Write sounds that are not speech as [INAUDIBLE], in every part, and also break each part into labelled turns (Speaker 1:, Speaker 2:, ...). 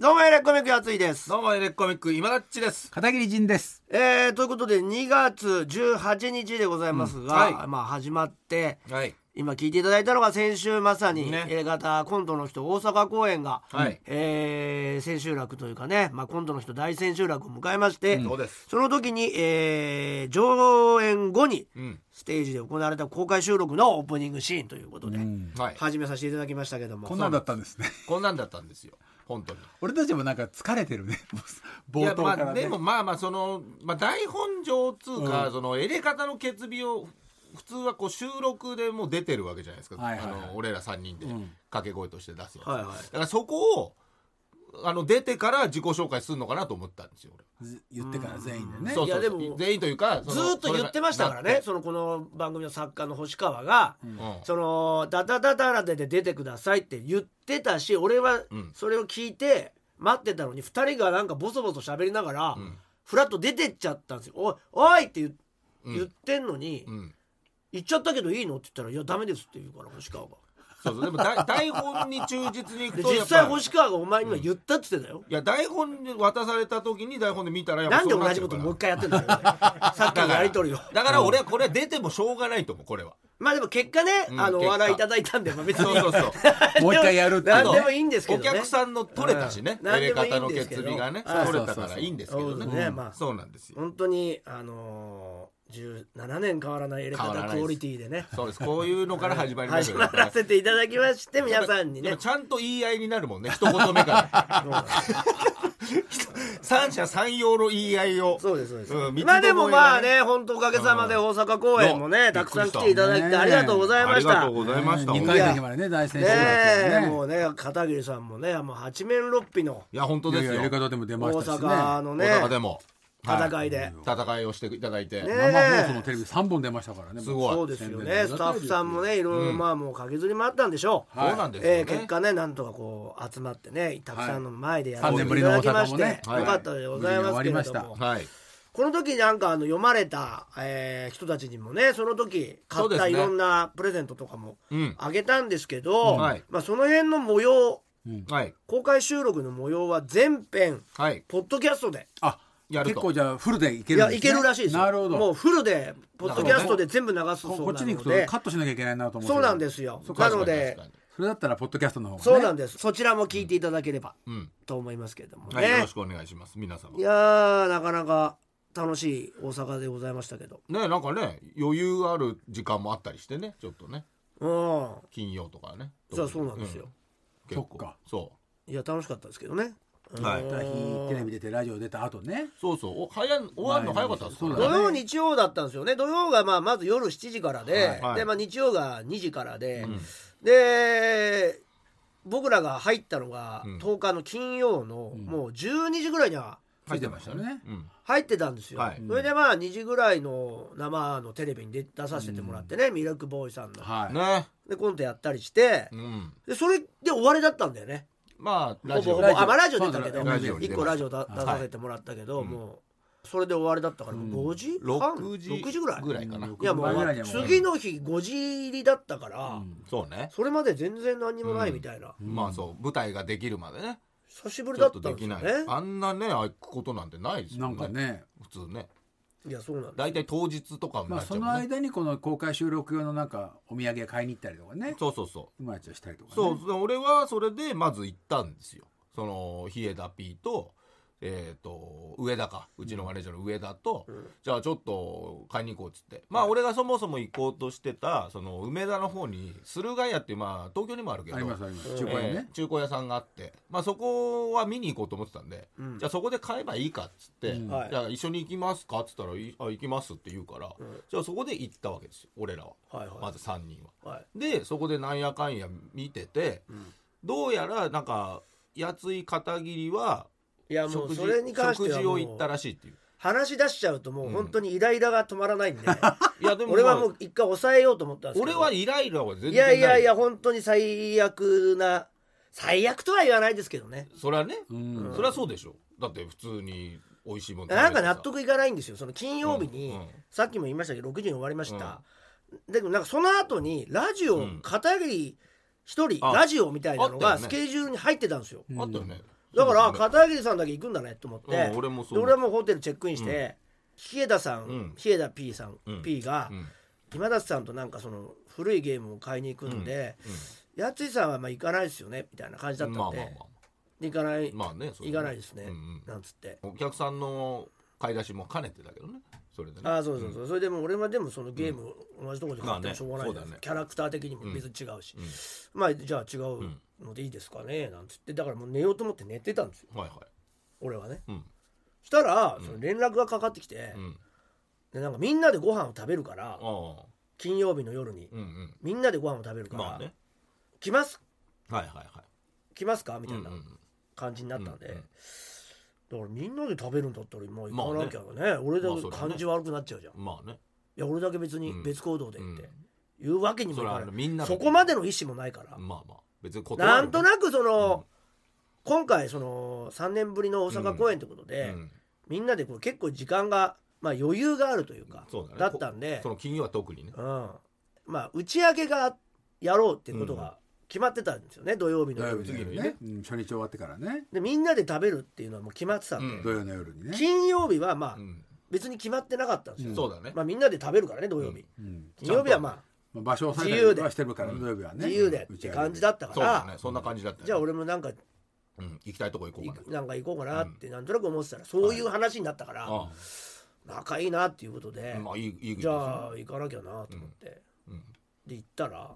Speaker 1: どうもエレコミックやついです
Speaker 2: どうもエレコミック今だっちです
Speaker 3: 片桐仁です
Speaker 1: えー、ということで2月18日でございますが、
Speaker 2: うんはい
Speaker 1: まあ始まって
Speaker 2: はい
Speaker 1: 今聞いていただいたのが先週まさに
Speaker 2: ね
Speaker 1: A 型コントの人大阪公演が、
Speaker 2: はい
Speaker 1: えー千秋楽というかね、まあ、コントの人大千秋楽を迎えまして、
Speaker 2: そうです
Speaker 1: その時に、えー上演後に
Speaker 2: うん
Speaker 1: ステージで行われた公開収録のオープニングシーンということで、
Speaker 2: はい
Speaker 1: 始めさせていただきましたけども
Speaker 3: こんなんだったんですね
Speaker 2: こんなんだったんですよ本当に
Speaker 3: 俺たちもなんか疲れてるねもう
Speaker 2: い
Speaker 3: 冒
Speaker 2: や
Speaker 3: 頭
Speaker 2: ま
Speaker 3: から
Speaker 2: あ
Speaker 3: ね
Speaker 2: でもまあまあそのまあ台本上つうか
Speaker 3: うん
Speaker 2: そのエレ型の決備を普通はこう収録でもう出てるわけじゃないですか
Speaker 3: は
Speaker 2: あ
Speaker 3: いはいはい
Speaker 2: の俺ら3人で
Speaker 3: うん
Speaker 2: 掛け声として出すやつ
Speaker 1: はい
Speaker 2: だ
Speaker 1: はい
Speaker 2: からそこをあの出てから自己紹介するのかなと思ったんですよ俺
Speaker 3: ず言ってから全員でね
Speaker 2: そうそう
Speaker 1: いやでも
Speaker 2: 全員というかその
Speaker 1: ずーっと言ってましたからねそのこの番組の作家の星川が、
Speaker 2: それがなって
Speaker 1: その「ダダダダラで出てください」って言ってたし俺は
Speaker 2: うん
Speaker 1: それを聞いて待ってたのに2人がなんかボソボソ喋りながら
Speaker 2: うんうん
Speaker 1: フラッと出てっちゃったんですよ「おいおい!」って言,、
Speaker 2: うん
Speaker 1: 言ってんのに
Speaker 2: うん
Speaker 1: 「行っちゃったけどいいの?」って言ったら「いやダメです」って言うから星川が。
Speaker 2: そうそうでもだ台 [LAUGHS] 本に忠実にいく
Speaker 1: で
Speaker 2: とや
Speaker 1: 実
Speaker 2: っぱ
Speaker 1: 際星川が「お前今言った」って言ってたよ。
Speaker 2: いや台本に渡された時に台本で見たらやっぱ
Speaker 1: なんで
Speaker 2: そう
Speaker 1: 同
Speaker 2: なっ
Speaker 1: じ
Speaker 2: ち
Speaker 1: こ
Speaker 2: ゃうか
Speaker 1: と
Speaker 2: ら
Speaker 1: もう一回やってんだよ
Speaker 2: [LAUGHS]
Speaker 1: 俺さっきのやり取りを
Speaker 2: だから俺はこれは出てもしょうがないと思うこれは
Speaker 1: まあでも結果ね、
Speaker 2: うん
Speaker 1: あのお
Speaker 2: 結果
Speaker 1: 笑いいただいたんで、まあ、別に
Speaker 2: そうそうそう
Speaker 3: もう一回やるってい
Speaker 1: [LAUGHS]
Speaker 3: う
Speaker 1: 何
Speaker 3: の
Speaker 1: でもいいんですけ
Speaker 2: お
Speaker 1: どね
Speaker 2: 客さんの取れたしね
Speaker 1: うん
Speaker 2: 入れ
Speaker 1: 何で
Speaker 2: 方
Speaker 1: も
Speaker 2: の
Speaker 1: いいんですけ
Speaker 2: 決
Speaker 1: ど
Speaker 2: 意がね
Speaker 1: はい
Speaker 2: 取れたからいいんですけど
Speaker 1: そう
Speaker 2: ね
Speaker 1: ですね
Speaker 2: うん
Speaker 1: まあ
Speaker 2: そうなんですよ
Speaker 1: 本当にあのー、17年変わらない入れ
Speaker 2: 変わら
Speaker 1: 方
Speaker 2: ないです
Speaker 1: クオリティでね
Speaker 2: そうですこういうのから始まりま
Speaker 1: 始
Speaker 2: すよ
Speaker 1: まらせていただきまして皆さんに
Speaker 2: や
Speaker 1: ね
Speaker 2: っぱちゃんと言い合いになるもんね一言目から
Speaker 1: [LAUGHS]
Speaker 2: 三者三様の言い合いを
Speaker 1: そうですそうです、
Speaker 2: うん
Speaker 1: まあでもまあ
Speaker 2: 三つどもえが
Speaker 1: ね本当おかげさまで
Speaker 2: うん
Speaker 1: 大阪公演も
Speaker 2: ど
Speaker 1: ね
Speaker 2: う
Speaker 1: たくさん来ていただいてありがとうございま
Speaker 2: あ
Speaker 1: し
Speaker 2: り
Speaker 1: た
Speaker 2: がとうございました
Speaker 3: 2
Speaker 2: 本当に
Speaker 3: 回だけまでね大戦
Speaker 1: ね
Speaker 3: 争だ
Speaker 1: えも
Speaker 3: ね
Speaker 1: うね片桐さんもねもう八面六臂の
Speaker 2: いや本当です
Speaker 3: いやい
Speaker 2: よ
Speaker 3: ややり方でも出
Speaker 1: 大
Speaker 3: ましたしね
Speaker 1: 阪のね
Speaker 2: 大阪でもはい
Speaker 1: 戦いで、
Speaker 2: 戦いをしていただいて、
Speaker 1: ね
Speaker 3: 生放送のテレビ3本出ましたからね
Speaker 2: すごい
Speaker 1: そうですよ
Speaker 3: 宣伝
Speaker 1: ねスタッフさんもねいろいろまあもう駆けずりもあったんでしょう、
Speaker 3: はい
Speaker 2: そうなんですよね、
Speaker 1: えー結果ねなんとかこう集まってねたくさんの前でやら
Speaker 3: はい
Speaker 1: せ
Speaker 3: 三
Speaker 1: てい
Speaker 3: 年ぶり
Speaker 1: ただ
Speaker 3: の大
Speaker 1: きま
Speaker 3: 阪
Speaker 1: し
Speaker 3: も
Speaker 1: て、
Speaker 3: ね
Speaker 1: よかったでございますけれど
Speaker 3: 無事に終わり
Speaker 1: も
Speaker 3: まし
Speaker 2: はい
Speaker 1: この時なんかあの読まれた、えー人たちにもねその時買
Speaker 2: そう
Speaker 1: っ
Speaker 2: で
Speaker 1: た
Speaker 2: す
Speaker 1: い
Speaker 2: ね
Speaker 1: ろんなプレゼントとかも
Speaker 2: うん
Speaker 1: あげたんですけど
Speaker 2: はい
Speaker 1: まあ、その辺の模様
Speaker 2: はい
Speaker 1: 公開収録の模様は全編
Speaker 2: はい
Speaker 1: ポッドキャストで
Speaker 3: あ
Speaker 2: やると
Speaker 3: 結構じゃあフルでいけ
Speaker 1: い
Speaker 3: るん
Speaker 1: や
Speaker 3: ですね
Speaker 1: いけるらしいですよ
Speaker 3: なるほど
Speaker 1: もうフルでポッドキャストで全部流すそう
Speaker 3: こ
Speaker 1: なので
Speaker 3: こっちに行くとカットしなきゃいけないなと思って
Speaker 1: そうなんですすよ
Speaker 2: そう
Speaker 1: な
Speaker 2: 確かに
Speaker 1: ので
Speaker 2: 確か
Speaker 3: それだったらポッドキャストの方がね
Speaker 1: そうなんですそちらも聞いていただければ
Speaker 2: にうん
Speaker 1: と思いますけれどもね、
Speaker 2: はい、よろしくお願いします皆様
Speaker 1: い
Speaker 2: ね
Speaker 1: やーなかなか楽しい大阪でございましたけど
Speaker 2: なんかね余裕ある時間もあったりしてねちょっとね
Speaker 1: うん
Speaker 2: 金曜とかね
Speaker 1: そうそうなんですよ、
Speaker 2: 結構
Speaker 3: そっか
Speaker 2: そう
Speaker 1: いや楽しかったですけどね。
Speaker 2: はい
Speaker 1: うん
Speaker 3: また日テレビ出てラジオ出た後ね
Speaker 2: そうそうお早い終わるの早かったですから
Speaker 3: そ
Speaker 1: 土
Speaker 3: うだね
Speaker 1: 曜日曜だったんですよね土曜がまあまず夜7時からで,、
Speaker 2: いはい
Speaker 1: でまあ、日曜が2時からで、
Speaker 2: ん
Speaker 1: で僕らが入ったのが
Speaker 2: うん
Speaker 1: 10日の金曜のもう12時ぐらいには
Speaker 2: 入ってました
Speaker 3: ついて
Speaker 2: ね
Speaker 3: まし
Speaker 2: うん
Speaker 1: 入ってたんですよ、
Speaker 2: はい
Speaker 1: それでまあ2時ぐらいの生のテレビに出出させてもらってね、ミルクボーイさんの、
Speaker 3: はい
Speaker 2: ね
Speaker 1: でコントやったりして
Speaker 2: うん
Speaker 1: でそれで終わりだったんだよね
Speaker 2: まあラ
Speaker 1: ほ
Speaker 2: ジ
Speaker 1: ぼ
Speaker 2: オ
Speaker 1: ほぼ
Speaker 3: ラジオ
Speaker 1: あまあラジオ出たけど
Speaker 3: そうだねラ
Speaker 2: ジオに
Speaker 1: 一
Speaker 2: 出ました
Speaker 1: 個ラジオだ出
Speaker 2: い
Speaker 1: させてもらったけど、もうそれで終わりだったからもう5時半、
Speaker 2: 6時
Speaker 1: 6時ぐらい
Speaker 2: ぐらいかな
Speaker 3: うん
Speaker 1: いやも
Speaker 3: 6時ぐらいうにはもう
Speaker 1: 次の日5時入りだったから、
Speaker 2: そうね
Speaker 1: それまで全然何にもないみたいな、
Speaker 2: まあそう舞台ができるまでね
Speaker 1: 久しぶり
Speaker 2: ち
Speaker 1: だ
Speaker 2: ょっ
Speaker 1: っ
Speaker 2: と
Speaker 1: た
Speaker 2: で
Speaker 1: んです
Speaker 2: き
Speaker 1: よ
Speaker 2: ない
Speaker 1: ね
Speaker 2: あんなね行くことなんてないです
Speaker 3: な
Speaker 2: よ
Speaker 3: んか
Speaker 2: ね
Speaker 3: ね
Speaker 2: 普通ね
Speaker 1: いやそうなんだ
Speaker 2: 大体当日とかに
Speaker 3: ま
Speaker 2: な
Speaker 3: あ
Speaker 2: っちゃ
Speaker 3: そうの
Speaker 2: もんね
Speaker 3: 間にこの公開収録用のなんかお土産買いに行ったりとかね
Speaker 2: そうそうそう
Speaker 3: 今やっちゃしたりとかね
Speaker 2: そうで俺はそれでまず行ったんですよその日枝 P と,、えー、と上田かうちのマネージャーの上田と、じゃあちょっと買いに行こうっつってまあ俺がそもそも行こうとしてたその梅田の方に駿河屋っていうまあ東京にもあるけど
Speaker 3: ありますあります
Speaker 1: うん
Speaker 3: 中古屋ね
Speaker 2: えー中古屋さんがあって、まあ、そこは見に行こうと思ってたんで、
Speaker 1: うん
Speaker 2: じゃあそこで買えばいいかっつって、
Speaker 3: うん
Speaker 1: はい
Speaker 2: じゃあ一緒に行きますかっつったらいあ行きますって言うから、
Speaker 1: ん
Speaker 2: じゃあそこで行ったわけですよ俺らは、
Speaker 1: はいはい
Speaker 2: まず3人は。
Speaker 1: はい
Speaker 2: でそこでなんやかんや見てて、どうやらなんかやつい片桐はい
Speaker 1: やもう
Speaker 2: 食事
Speaker 1: それに関しては
Speaker 2: 食事
Speaker 1: も
Speaker 2: を行った
Speaker 1: う
Speaker 2: らし
Speaker 1: [LAUGHS]
Speaker 2: いっていう
Speaker 1: 話し出しちゃうともう本当にイライラが止まらないんで、
Speaker 2: い [LAUGHS] やでも、
Speaker 1: 俺は
Speaker 2: まあ
Speaker 1: もう一回抑えようと思ったんですけ
Speaker 2: 俺
Speaker 1: ど
Speaker 2: はイライラは全然
Speaker 1: いやいやいや
Speaker 2: な
Speaker 1: 本当に最悪な最悪とは言わないですけどね
Speaker 2: そりゃね、
Speaker 3: うん
Speaker 2: そりゃそうでしょだって普通に美味しいもん食べて
Speaker 1: な
Speaker 2: さ
Speaker 1: んか納得いかないんですよその金曜日に、
Speaker 2: うんうん
Speaker 1: さっきも言いましたけど6時に終わりました、でもなんかその後にラジオ、
Speaker 2: うん
Speaker 1: 片桐一人
Speaker 2: あ
Speaker 1: ラジオみたいなのが
Speaker 2: あったよね
Speaker 1: スケジュールに入ってたんですよ、
Speaker 2: あったよね、
Speaker 1: だから片桐さんだけ行くんだねと思って、
Speaker 2: うん俺もそう
Speaker 1: で俺はもうホテルチェックインして、日枝さん、
Speaker 2: うん
Speaker 1: 日枝 P さん、
Speaker 2: うん
Speaker 1: P が、
Speaker 2: うん
Speaker 1: 今立さんとなんかその古いゲームを買いに行くんで、やついさんはまあ行かないですよねみたいな感じだった
Speaker 2: まあ
Speaker 1: ん
Speaker 2: まあ
Speaker 1: で、で行かない、
Speaker 2: まあまあねそれ
Speaker 1: 行かないですね、
Speaker 2: うん
Speaker 1: なんつって。
Speaker 2: うんお客さんの買い出しも兼ねてだけどねそれでね
Speaker 1: ああそうそうそう、それでも俺はでもそのゲーム同じとこで買ってもしょうがないじゃ
Speaker 2: まあ
Speaker 1: ん、
Speaker 2: ねそうだね
Speaker 1: キャラクター的にも別に違うし、
Speaker 2: んうん
Speaker 1: まあじゃあ違うのでいいですかねなんつってだからもう寝ようと思って寝てたんですよ
Speaker 2: はいは
Speaker 1: 俺はね
Speaker 2: いうん
Speaker 1: したらその連絡がかかってきて、
Speaker 2: うん
Speaker 1: でなんかみんなでご飯を食べるから
Speaker 2: ああ
Speaker 1: 金曜日の夜に
Speaker 2: うんうん
Speaker 1: みんなでご飯を食べるから、
Speaker 2: まあね
Speaker 1: 来ます
Speaker 2: はいはいは
Speaker 1: 来ますかみ
Speaker 2: い
Speaker 1: た
Speaker 2: う
Speaker 1: い
Speaker 2: んう
Speaker 1: なん感じになったんで、
Speaker 2: うんうん
Speaker 1: だからみんなで食べるんだったらもう行
Speaker 2: ま
Speaker 1: か
Speaker 2: あ
Speaker 1: な
Speaker 2: ね
Speaker 1: きゃね,、俺だ
Speaker 2: まあ
Speaker 1: け
Speaker 2: そうだね
Speaker 1: 感じ悪くなっちゃうじゃん、
Speaker 2: まあね
Speaker 1: いや俺だけ別に
Speaker 2: うん
Speaker 1: 別行動でって、
Speaker 2: うん
Speaker 1: 言うわけにもいか
Speaker 2: それ
Speaker 1: な
Speaker 2: はいみんなで
Speaker 1: そこまでの意思もないから、
Speaker 2: まあまあ別に断る
Speaker 1: なんとなくその、今回その3年ぶりの大阪公演ということで、
Speaker 2: うん
Speaker 1: みんなでこう結構時間が、まあ、余裕があるというか
Speaker 2: そうだね
Speaker 1: ったんで
Speaker 2: その金曜は特にね
Speaker 1: うん、まあ打ち上げがやろうってことが決まってたんですよね、土曜日の
Speaker 3: 土曜
Speaker 1: 夜
Speaker 3: 日
Speaker 1: に
Speaker 3: の夜にね、うん初日終わってからね、
Speaker 1: でみんなで食べるっていうのはもう決まってたんで、
Speaker 2: うん
Speaker 3: 土曜の夜にね、
Speaker 1: 金曜日はまあ
Speaker 2: うん
Speaker 1: 別に決まってなかったんですよ、
Speaker 2: そうだね
Speaker 1: まあ、みんなで食べるからね土曜日、
Speaker 3: うん
Speaker 1: 金曜日はまあ
Speaker 3: まあ、場所を抑え
Speaker 1: 自由
Speaker 3: た
Speaker 1: で
Speaker 3: りはしてるから、土曜日はね
Speaker 1: 自由でって感じだ
Speaker 3: っ
Speaker 1: ったか
Speaker 2: そう
Speaker 1: ら、
Speaker 2: だねそんな感じだったよ
Speaker 1: じゃあ俺もなんか
Speaker 2: うん行きたいとこ行こう
Speaker 1: い
Speaker 2: かな
Speaker 1: なんか行こうかなってなんとなく思ってたらそういう話になったから、
Speaker 2: あ
Speaker 1: 仲いいなっていうことで、
Speaker 2: あまあいいいい
Speaker 1: じゃあ行かなきゃなと思って、
Speaker 2: うん
Speaker 1: で行ったら、
Speaker 2: ん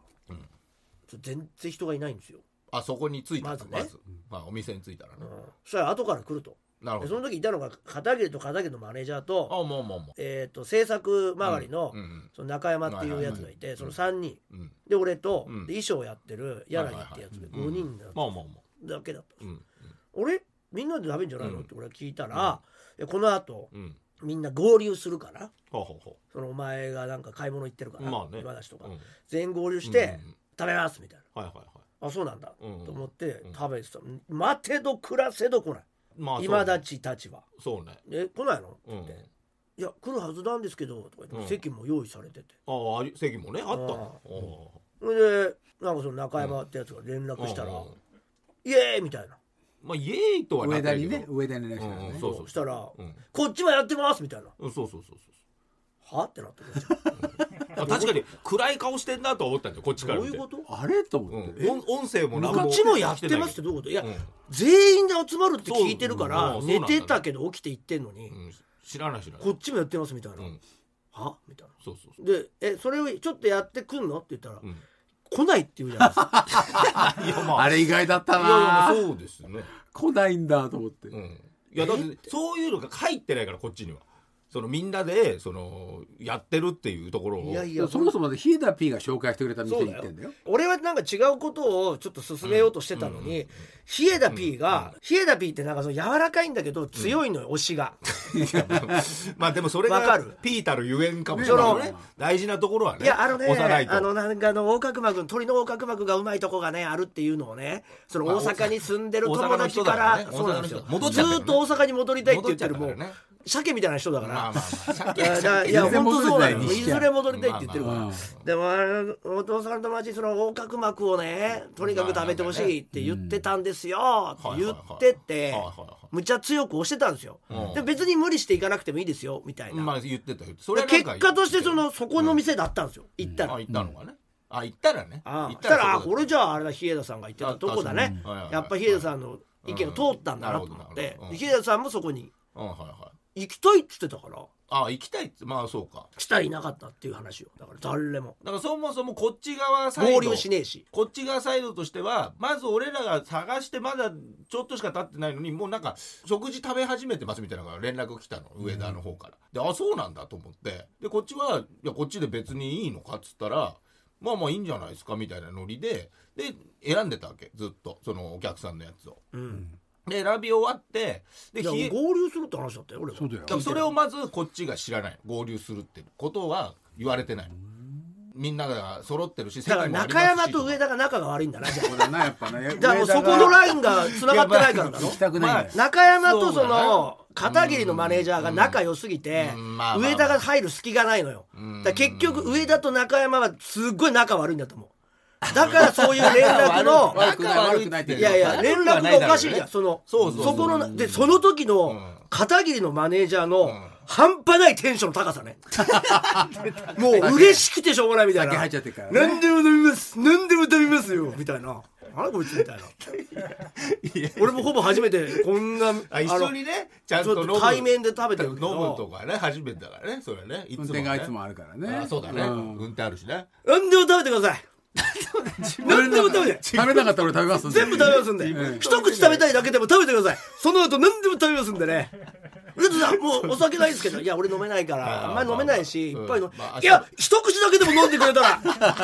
Speaker 1: ちょ全然人がいないんですよ、
Speaker 2: あそこに着いた
Speaker 1: ま
Speaker 2: ま
Speaker 1: ずね
Speaker 2: ずまずまあお店に着いたら
Speaker 1: う
Speaker 2: ね
Speaker 1: ん、そしたら後から来ると
Speaker 2: なる
Speaker 1: で
Speaker 2: ほ
Speaker 1: その
Speaker 2: ど
Speaker 1: 時いたのが片桐と片桐のマネージャーと,、
Speaker 2: あもうもうも
Speaker 1: えー、と制作周りの,、
Speaker 2: うんうん
Speaker 1: その中山っていうやつがいて、その3人
Speaker 2: ううん
Speaker 1: で俺と、
Speaker 2: うん
Speaker 1: で衣装をやってる柳ってやつで
Speaker 2: はいはいはい
Speaker 1: 5人だ,、
Speaker 2: まあまあまあ
Speaker 1: だけだったんです
Speaker 2: うん
Speaker 1: 俺みんなで食べんじゃないの、
Speaker 2: うん
Speaker 1: って俺は聞いたら、いやこのあと
Speaker 2: うんうん
Speaker 1: みんな合流するから
Speaker 2: ほうほうほ
Speaker 1: そのお前がなんか買い物行ってるから、
Speaker 2: まあね
Speaker 1: 今だしとか、
Speaker 2: うん
Speaker 1: 全員合流して、
Speaker 2: うんうん
Speaker 1: 食べますみたいな。
Speaker 2: うはいはいはい
Speaker 1: あそうなんだ、
Speaker 2: うんうん
Speaker 1: と思って食べてた、待てど暮らせど来ない、
Speaker 2: まあ
Speaker 1: 今
Speaker 2: だ
Speaker 1: 立ちたちは
Speaker 2: そうね
Speaker 1: 「え来ないの?」って
Speaker 2: う
Speaker 1: 言っ
Speaker 2: ん
Speaker 1: て、いや来るはずなんですけど」とか言って、
Speaker 2: うん
Speaker 1: 席も用意されてて
Speaker 2: あああ席もねあった
Speaker 1: あ
Speaker 2: の
Speaker 1: それでなんかその中山ってやつが連絡したら「
Speaker 2: うんうん
Speaker 1: イエーイ!」みたいな
Speaker 2: まあイエーイとはな
Speaker 3: 上
Speaker 2: った
Speaker 3: 田
Speaker 2: け
Speaker 3: に
Speaker 2: ど
Speaker 3: ね上田にね、
Speaker 2: うんうん
Speaker 3: ね
Speaker 2: そう
Speaker 1: そ
Speaker 2: そうう
Speaker 1: したら、
Speaker 2: うん
Speaker 1: こっちもやってます!」みたいな
Speaker 2: うんそうそうそうそ
Speaker 1: 「
Speaker 2: う
Speaker 1: は?」ってなってくるじ
Speaker 2: あ確かに暗い顔してんなとは思ったんだよこっち
Speaker 1: ゃ
Speaker 2: か
Speaker 1: ん
Speaker 2: ら
Speaker 1: どう
Speaker 2: 見
Speaker 1: い
Speaker 2: て
Speaker 1: うこと
Speaker 3: あれと思って、
Speaker 2: うん音音声も何
Speaker 1: こっちもやってますってどういうこといや、
Speaker 2: うん
Speaker 1: 全員で集まるって聞いてるから、
Speaker 2: そううん
Speaker 1: 寝てたけど起きて行ってんのに、
Speaker 2: うん知らない知らない
Speaker 1: こっちもやってますみたいな「
Speaker 2: うん
Speaker 1: は?」みたいな。
Speaker 2: そうそうそう
Speaker 1: で「えそれをちょっとやってくんの?」って言ったら「
Speaker 2: うん
Speaker 1: 来 [LAUGHS] ない」って言うじゃないですか
Speaker 2: いやまあ
Speaker 3: あれ意外だった
Speaker 2: いやいやま
Speaker 3: な
Speaker 2: あそうですね。
Speaker 3: 来ないんだと思って、
Speaker 2: うん。いやだってそういうのが入ってないからこっちには。そのみんなでそのやってるっていうところを。
Speaker 1: いやい
Speaker 3: いや
Speaker 1: や
Speaker 3: そもそもヒーダー P が紹介してくれた店に行ってんだよ
Speaker 1: 俺はなんか違うことをちょっと進めようとしてたのに、ヒエダ P が、ヒエダ P ってなんかその柔らかいんだけど強いのよ推しが、
Speaker 2: [LAUGHS] まあでもそれ
Speaker 1: わか
Speaker 2: が
Speaker 1: る
Speaker 2: ピータルゆえんかもし
Speaker 1: そ
Speaker 2: れ
Speaker 1: の
Speaker 2: ないね。大事なところはね。
Speaker 1: いやあのね
Speaker 2: 幼いと。
Speaker 1: あのなんかあの横隔膜鳥の横隔膜がうまいとこがねあるっていうのをねその大阪に住んでる友達から,、
Speaker 2: 大阪の人だからね
Speaker 1: そうなんですよ
Speaker 2: 大阪の人戻っち
Speaker 1: ず
Speaker 2: ゃった
Speaker 1: ー
Speaker 2: よね
Speaker 1: っと大阪に戻りたいって言ってるも
Speaker 2: 戻
Speaker 1: う、
Speaker 2: っちゃったからね
Speaker 1: 鮭みたいな人だから、
Speaker 2: まあまあまあ。さっき
Speaker 1: いやだからいや
Speaker 3: 全然
Speaker 1: 本当そうなの
Speaker 3: 戻
Speaker 1: い
Speaker 3: りたいにしちゃう
Speaker 1: ずれ戻りたいって言ってるから、
Speaker 3: まあまあ
Speaker 1: でもあのお父さんと友達その横隔膜をねとにかく食べてほしいって言ってたんですよって言ってて
Speaker 2: はいはいはい
Speaker 1: むちゃ強く押してたんですよ、
Speaker 2: うん
Speaker 1: で別に無理していかなくてもいいですよみたいな、
Speaker 2: まあ言ってた言ってたそれはなん
Speaker 1: 結
Speaker 2: か
Speaker 1: 果としてそのそこの店だったんですよ、行ったら、
Speaker 2: あ行ったのがね。あ行ったらね。
Speaker 1: ああ
Speaker 2: 行
Speaker 1: そしたらあ
Speaker 2: そこ
Speaker 1: これじゃああれだ日枝さんが言ってたとこだね
Speaker 2: あ確かにうんはいはいはい
Speaker 1: やっぱ日枝さんの意見が通ったんだなと思
Speaker 2: う
Speaker 1: っ
Speaker 2: んな
Speaker 1: て
Speaker 2: るほどなるほどうん
Speaker 1: 日枝さんもそこに
Speaker 2: うんはいはい。
Speaker 1: 行きたいって言ってたから
Speaker 2: あ行きたいってまあそうか。
Speaker 1: 来たいなかったっていう話をだから誰も
Speaker 2: だからそもそもこっち側サイ
Speaker 1: 合
Speaker 2: ド
Speaker 1: 流しねえし
Speaker 2: こっち側サイドとしてはまず俺らが探してまだちょっとしか経ってないのにもうなんか食事食べ始めてますみたいなのが連絡来たの上田の方から、であそうなんだと思ってでこっちはいやこっちで別にいいのかっつったらまあまあいいんじゃないですかみたいなノリでで選んでたわけずっとそのお客さんのやつを。
Speaker 1: うん
Speaker 2: で選び終わってで
Speaker 1: いや
Speaker 2: ひえ
Speaker 1: 合流するって話だったよ俺は
Speaker 3: そうだよ
Speaker 2: だからそれをまずこっちが知らない合流するってことは言われてないみんなが揃ってるし
Speaker 1: だから
Speaker 2: 席もあり
Speaker 1: 中
Speaker 2: ますし
Speaker 1: 山と上
Speaker 2: か
Speaker 1: 田が仲が悪いんだ
Speaker 3: [LAUGHS]
Speaker 1: なじゃ
Speaker 3: そうだなやっぱね
Speaker 1: あだからもうそこのラインが繋がってないから
Speaker 3: [LAUGHS]
Speaker 1: だ
Speaker 3: 行
Speaker 1: ろ
Speaker 3: きたくないんだよ
Speaker 1: 中山とそ
Speaker 2: そうだな
Speaker 1: の片桐のマネージャーが仲良すぎて
Speaker 2: うんまあまあ
Speaker 1: 上田が入る隙がないのよだから結局上田と中山はすっごい仲悪いんだと思うだからそういう連絡の
Speaker 3: 悪くない悪くないって
Speaker 1: いやいや、連絡がおかしいじゃん。その、
Speaker 2: そうそうそう
Speaker 1: この、で、その時
Speaker 2: う
Speaker 1: の
Speaker 2: ん、
Speaker 1: 片桐のマネージャー
Speaker 2: う
Speaker 1: の
Speaker 2: ん、
Speaker 1: 半端ないテンションの高さね。もう、嬉しくてしょうがないみたいな。
Speaker 3: 酒入っちゃってるからね
Speaker 1: 何でも飲みます何でも食べますよみたいな。あれこいつみたいな。俺もほぼ初めて、こんな、
Speaker 2: あ一緒にねちゃん
Speaker 1: ちょ
Speaker 2: と
Speaker 1: っ
Speaker 2: 飲
Speaker 1: と
Speaker 2: む
Speaker 1: 対面で食べて
Speaker 2: 飲
Speaker 1: る
Speaker 2: む
Speaker 1: けど
Speaker 2: とかね初めてだからねそれねいつ
Speaker 3: 運
Speaker 2: もね
Speaker 3: 転がいつもあるからね
Speaker 2: あそうだね、
Speaker 3: ん
Speaker 2: 運転あるしね
Speaker 1: 何でも食べてください。何でも食べて。
Speaker 3: 食べなかったら俺食べますんで
Speaker 1: 全部食べますんで、一口食べたいだけでも食べてくださいその後何でも食べますんでねうずさんもうお酒ないですけどいや俺飲めないから
Speaker 2: あー
Speaker 1: あんまり飲めないしい
Speaker 2: まあ
Speaker 1: っ
Speaker 2: まあ
Speaker 1: ぱい飲
Speaker 2: まあ
Speaker 1: いや一口だけでも飲んでくれたら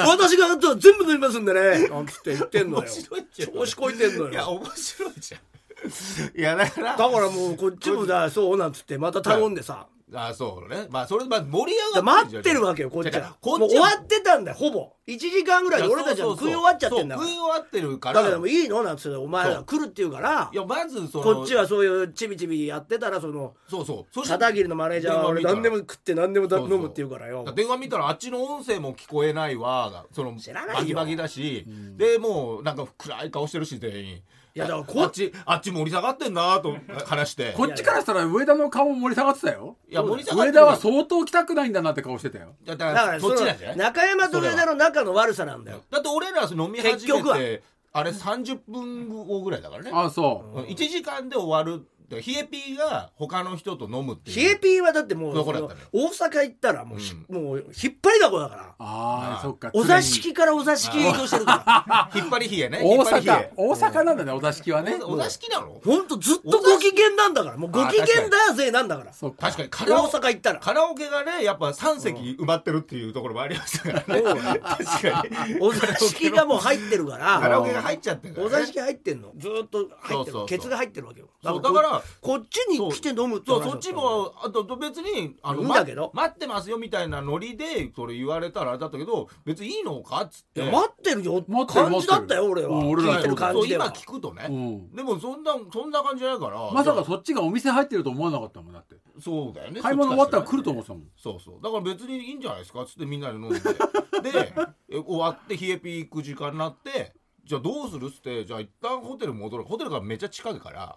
Speaker 1: 私があとは全部飲みますんでねなんつって言ってんのよ
Speaker 2: 面白いけど
Speaker 1: 調子こいてんの
Speaker 2: いや
Speaker 1: よ
Speaker 2: 面白いじゃん [LAUGHS] いやだから
Speaker 1: だからもうこっちもだそうなんつってまた頼んでさ
Speaker 2: あそうねまあそれまあ盛り上
Speaker 1: だ
Speaker 2: が
Speaker 1: 待ってるわけよこっち
Speaker 2: だから
Speaker 1: は
Speaker 2: こっちは
Speaker 1: もう終わってたんだよほぼ1時間ぐらい
Speaker 2: い
Speaker 1: で
Speaker 2: や
Speaker 1: 俺たちは
Speaker 2: そうそう
Speaker 1: 食
Speaker 2: そう
Speaker 1: い終わっちゃってんだか
Speaker 2: そう
Speaker 1: ら
Speaker 2: 食い終わってるから
Speaker 1: だけどもういいのなんつってお前ら来るって言うから
Speaker 2: いやまずその
Speaker 1: こっちはそういうちびちびやってたらその
Speaker 2: そうそうそして
Speaker 1: 片桐のマネージャーは俺
Speaker 2: 電話
Speaker 1: 何
Speaker 2: 見
Speaker 1: で
Speaker 2: たら
Speaker 1: も食って何でもだ
Speaker 2: そうそう
Speaker 1: 飲むって言うからよ
Speaker 2: 電話見たらあっちの音声も聞こえないわがその
Speaker 1: 知らないよ
Speaker 2: バキバキだし、でもうなんか暗い顔してるし全員い
Speaker 1: やだからこ
Speaker 2: あっちあっち盛り下がってんなと話して
Speaker 3: こっちからしたら上田の顔も盛り下がってたよ
Speaker 2: いや盛り下がってる
Speaker 3: 上田は相当来たくないんだなって顔してたよ
Speaker 2: だ
Speaker 1: だ
Speaker 2: から
Speaker 1: からそ
Speaker 2: そっ
Speaker 1: の
Speaker 2: ちなんじゃない
Speaker 1: 中山と上田の仲の悪さなんだよ
Speaker 2: だって俺ら飲み
Speaker 1: 結
Speaker 2: 始め
Speaker 1: 局は
Speaker 2: てあれ30分後ぐらいだからね
Speaker 3: ああそ
Speaker 2: うん1時間で終わるだからヒエピーが他の人と飲むっていう
Speaker 1: 冷えピーはだってもう
Speaker 2: ど
Speaker 1: そ
Speaker 2: こだった
Speaker 1: の
Speaker 2: のよ
Speaker 1: 大阪行ったらもうひもう引っ張りだこだから
Speaker 3: うああそっか
Speaker 1: お座敷からお座敷へ移動してるから
Speaker 2: 引っ張り冷えね
Speaker 3: 大
Speaker 2: 引っ張り冷
Speaker 3: 阪
Speaker 2: え
Speaker 3: 大阪なんだねお座敷はね
Speaker 2: お座敷なの
Speaker 1: ほんとずっとご機嫌なんだからもうご機嫌だぜなんだから
Speaker 3: そっか
Speaker 2: 確かにカラ
Speaker 1: 大
Speaker 2: オ
Speaker 1: 阪行ったら
Speaker 2: カラオケがねやっぱ3席埋まってるっていうところもありましたからね確かに
Speaker 1: お座敷がもう入ってるか
Speaker 2: カラオ
Speaker 1: ら
Speaker 2: ケが入っちゃってるから、
Speaker 1: お
Speaker 2: ね、
Speaker 1: 座敷入ってんのずーっと入ってる
Speaker 2: そうそうそう
Speaker 1: ケツが入ってるわけよ
Speaker 2: そうだから
Speaker 1: こっちに来て飲むって
Speaker 2: そう
Speaker 1: 話だ
Speaker 2: そ
Speaker 1: た
Speaker 2: っちもあと別にあの
Speaker 1: いいんだけど
Speaker 2: ま待ってますよみたいなノリでそれ言われたらあれだったけど別にいいのかっつっ
Speaker 1: い
Speaker 2: て
Speaker 1: や待ってるよ
Speaker 3: 待ってる
Speaker 1: 感じだったよ俺は
Speaker 3: うん俺ら
Speaker 1: 聞いてる感
Speaker 2: そう
Speaker 1: じで
Speaker 2: 今
Speaker 1: は
Speaker 2: 聞くとね、
Speaker 3: うん
Speaker 2: でもそんなそんな感じじゃないから
Speaker 3: まさかそっちがお店入ってると思わなかったもんだって
Speaker 2: そうだよね
Speaker 3: 買い物終わったら来ると思ってたもん
Speaker 2: そうそうだから別にいいんじゃないですかっつってみんなで飲んででえ終わって冷えピー行く時間になってじゃあどうするっつってじゃあ一旦ホテル戻るホテルからめっちゃ近いから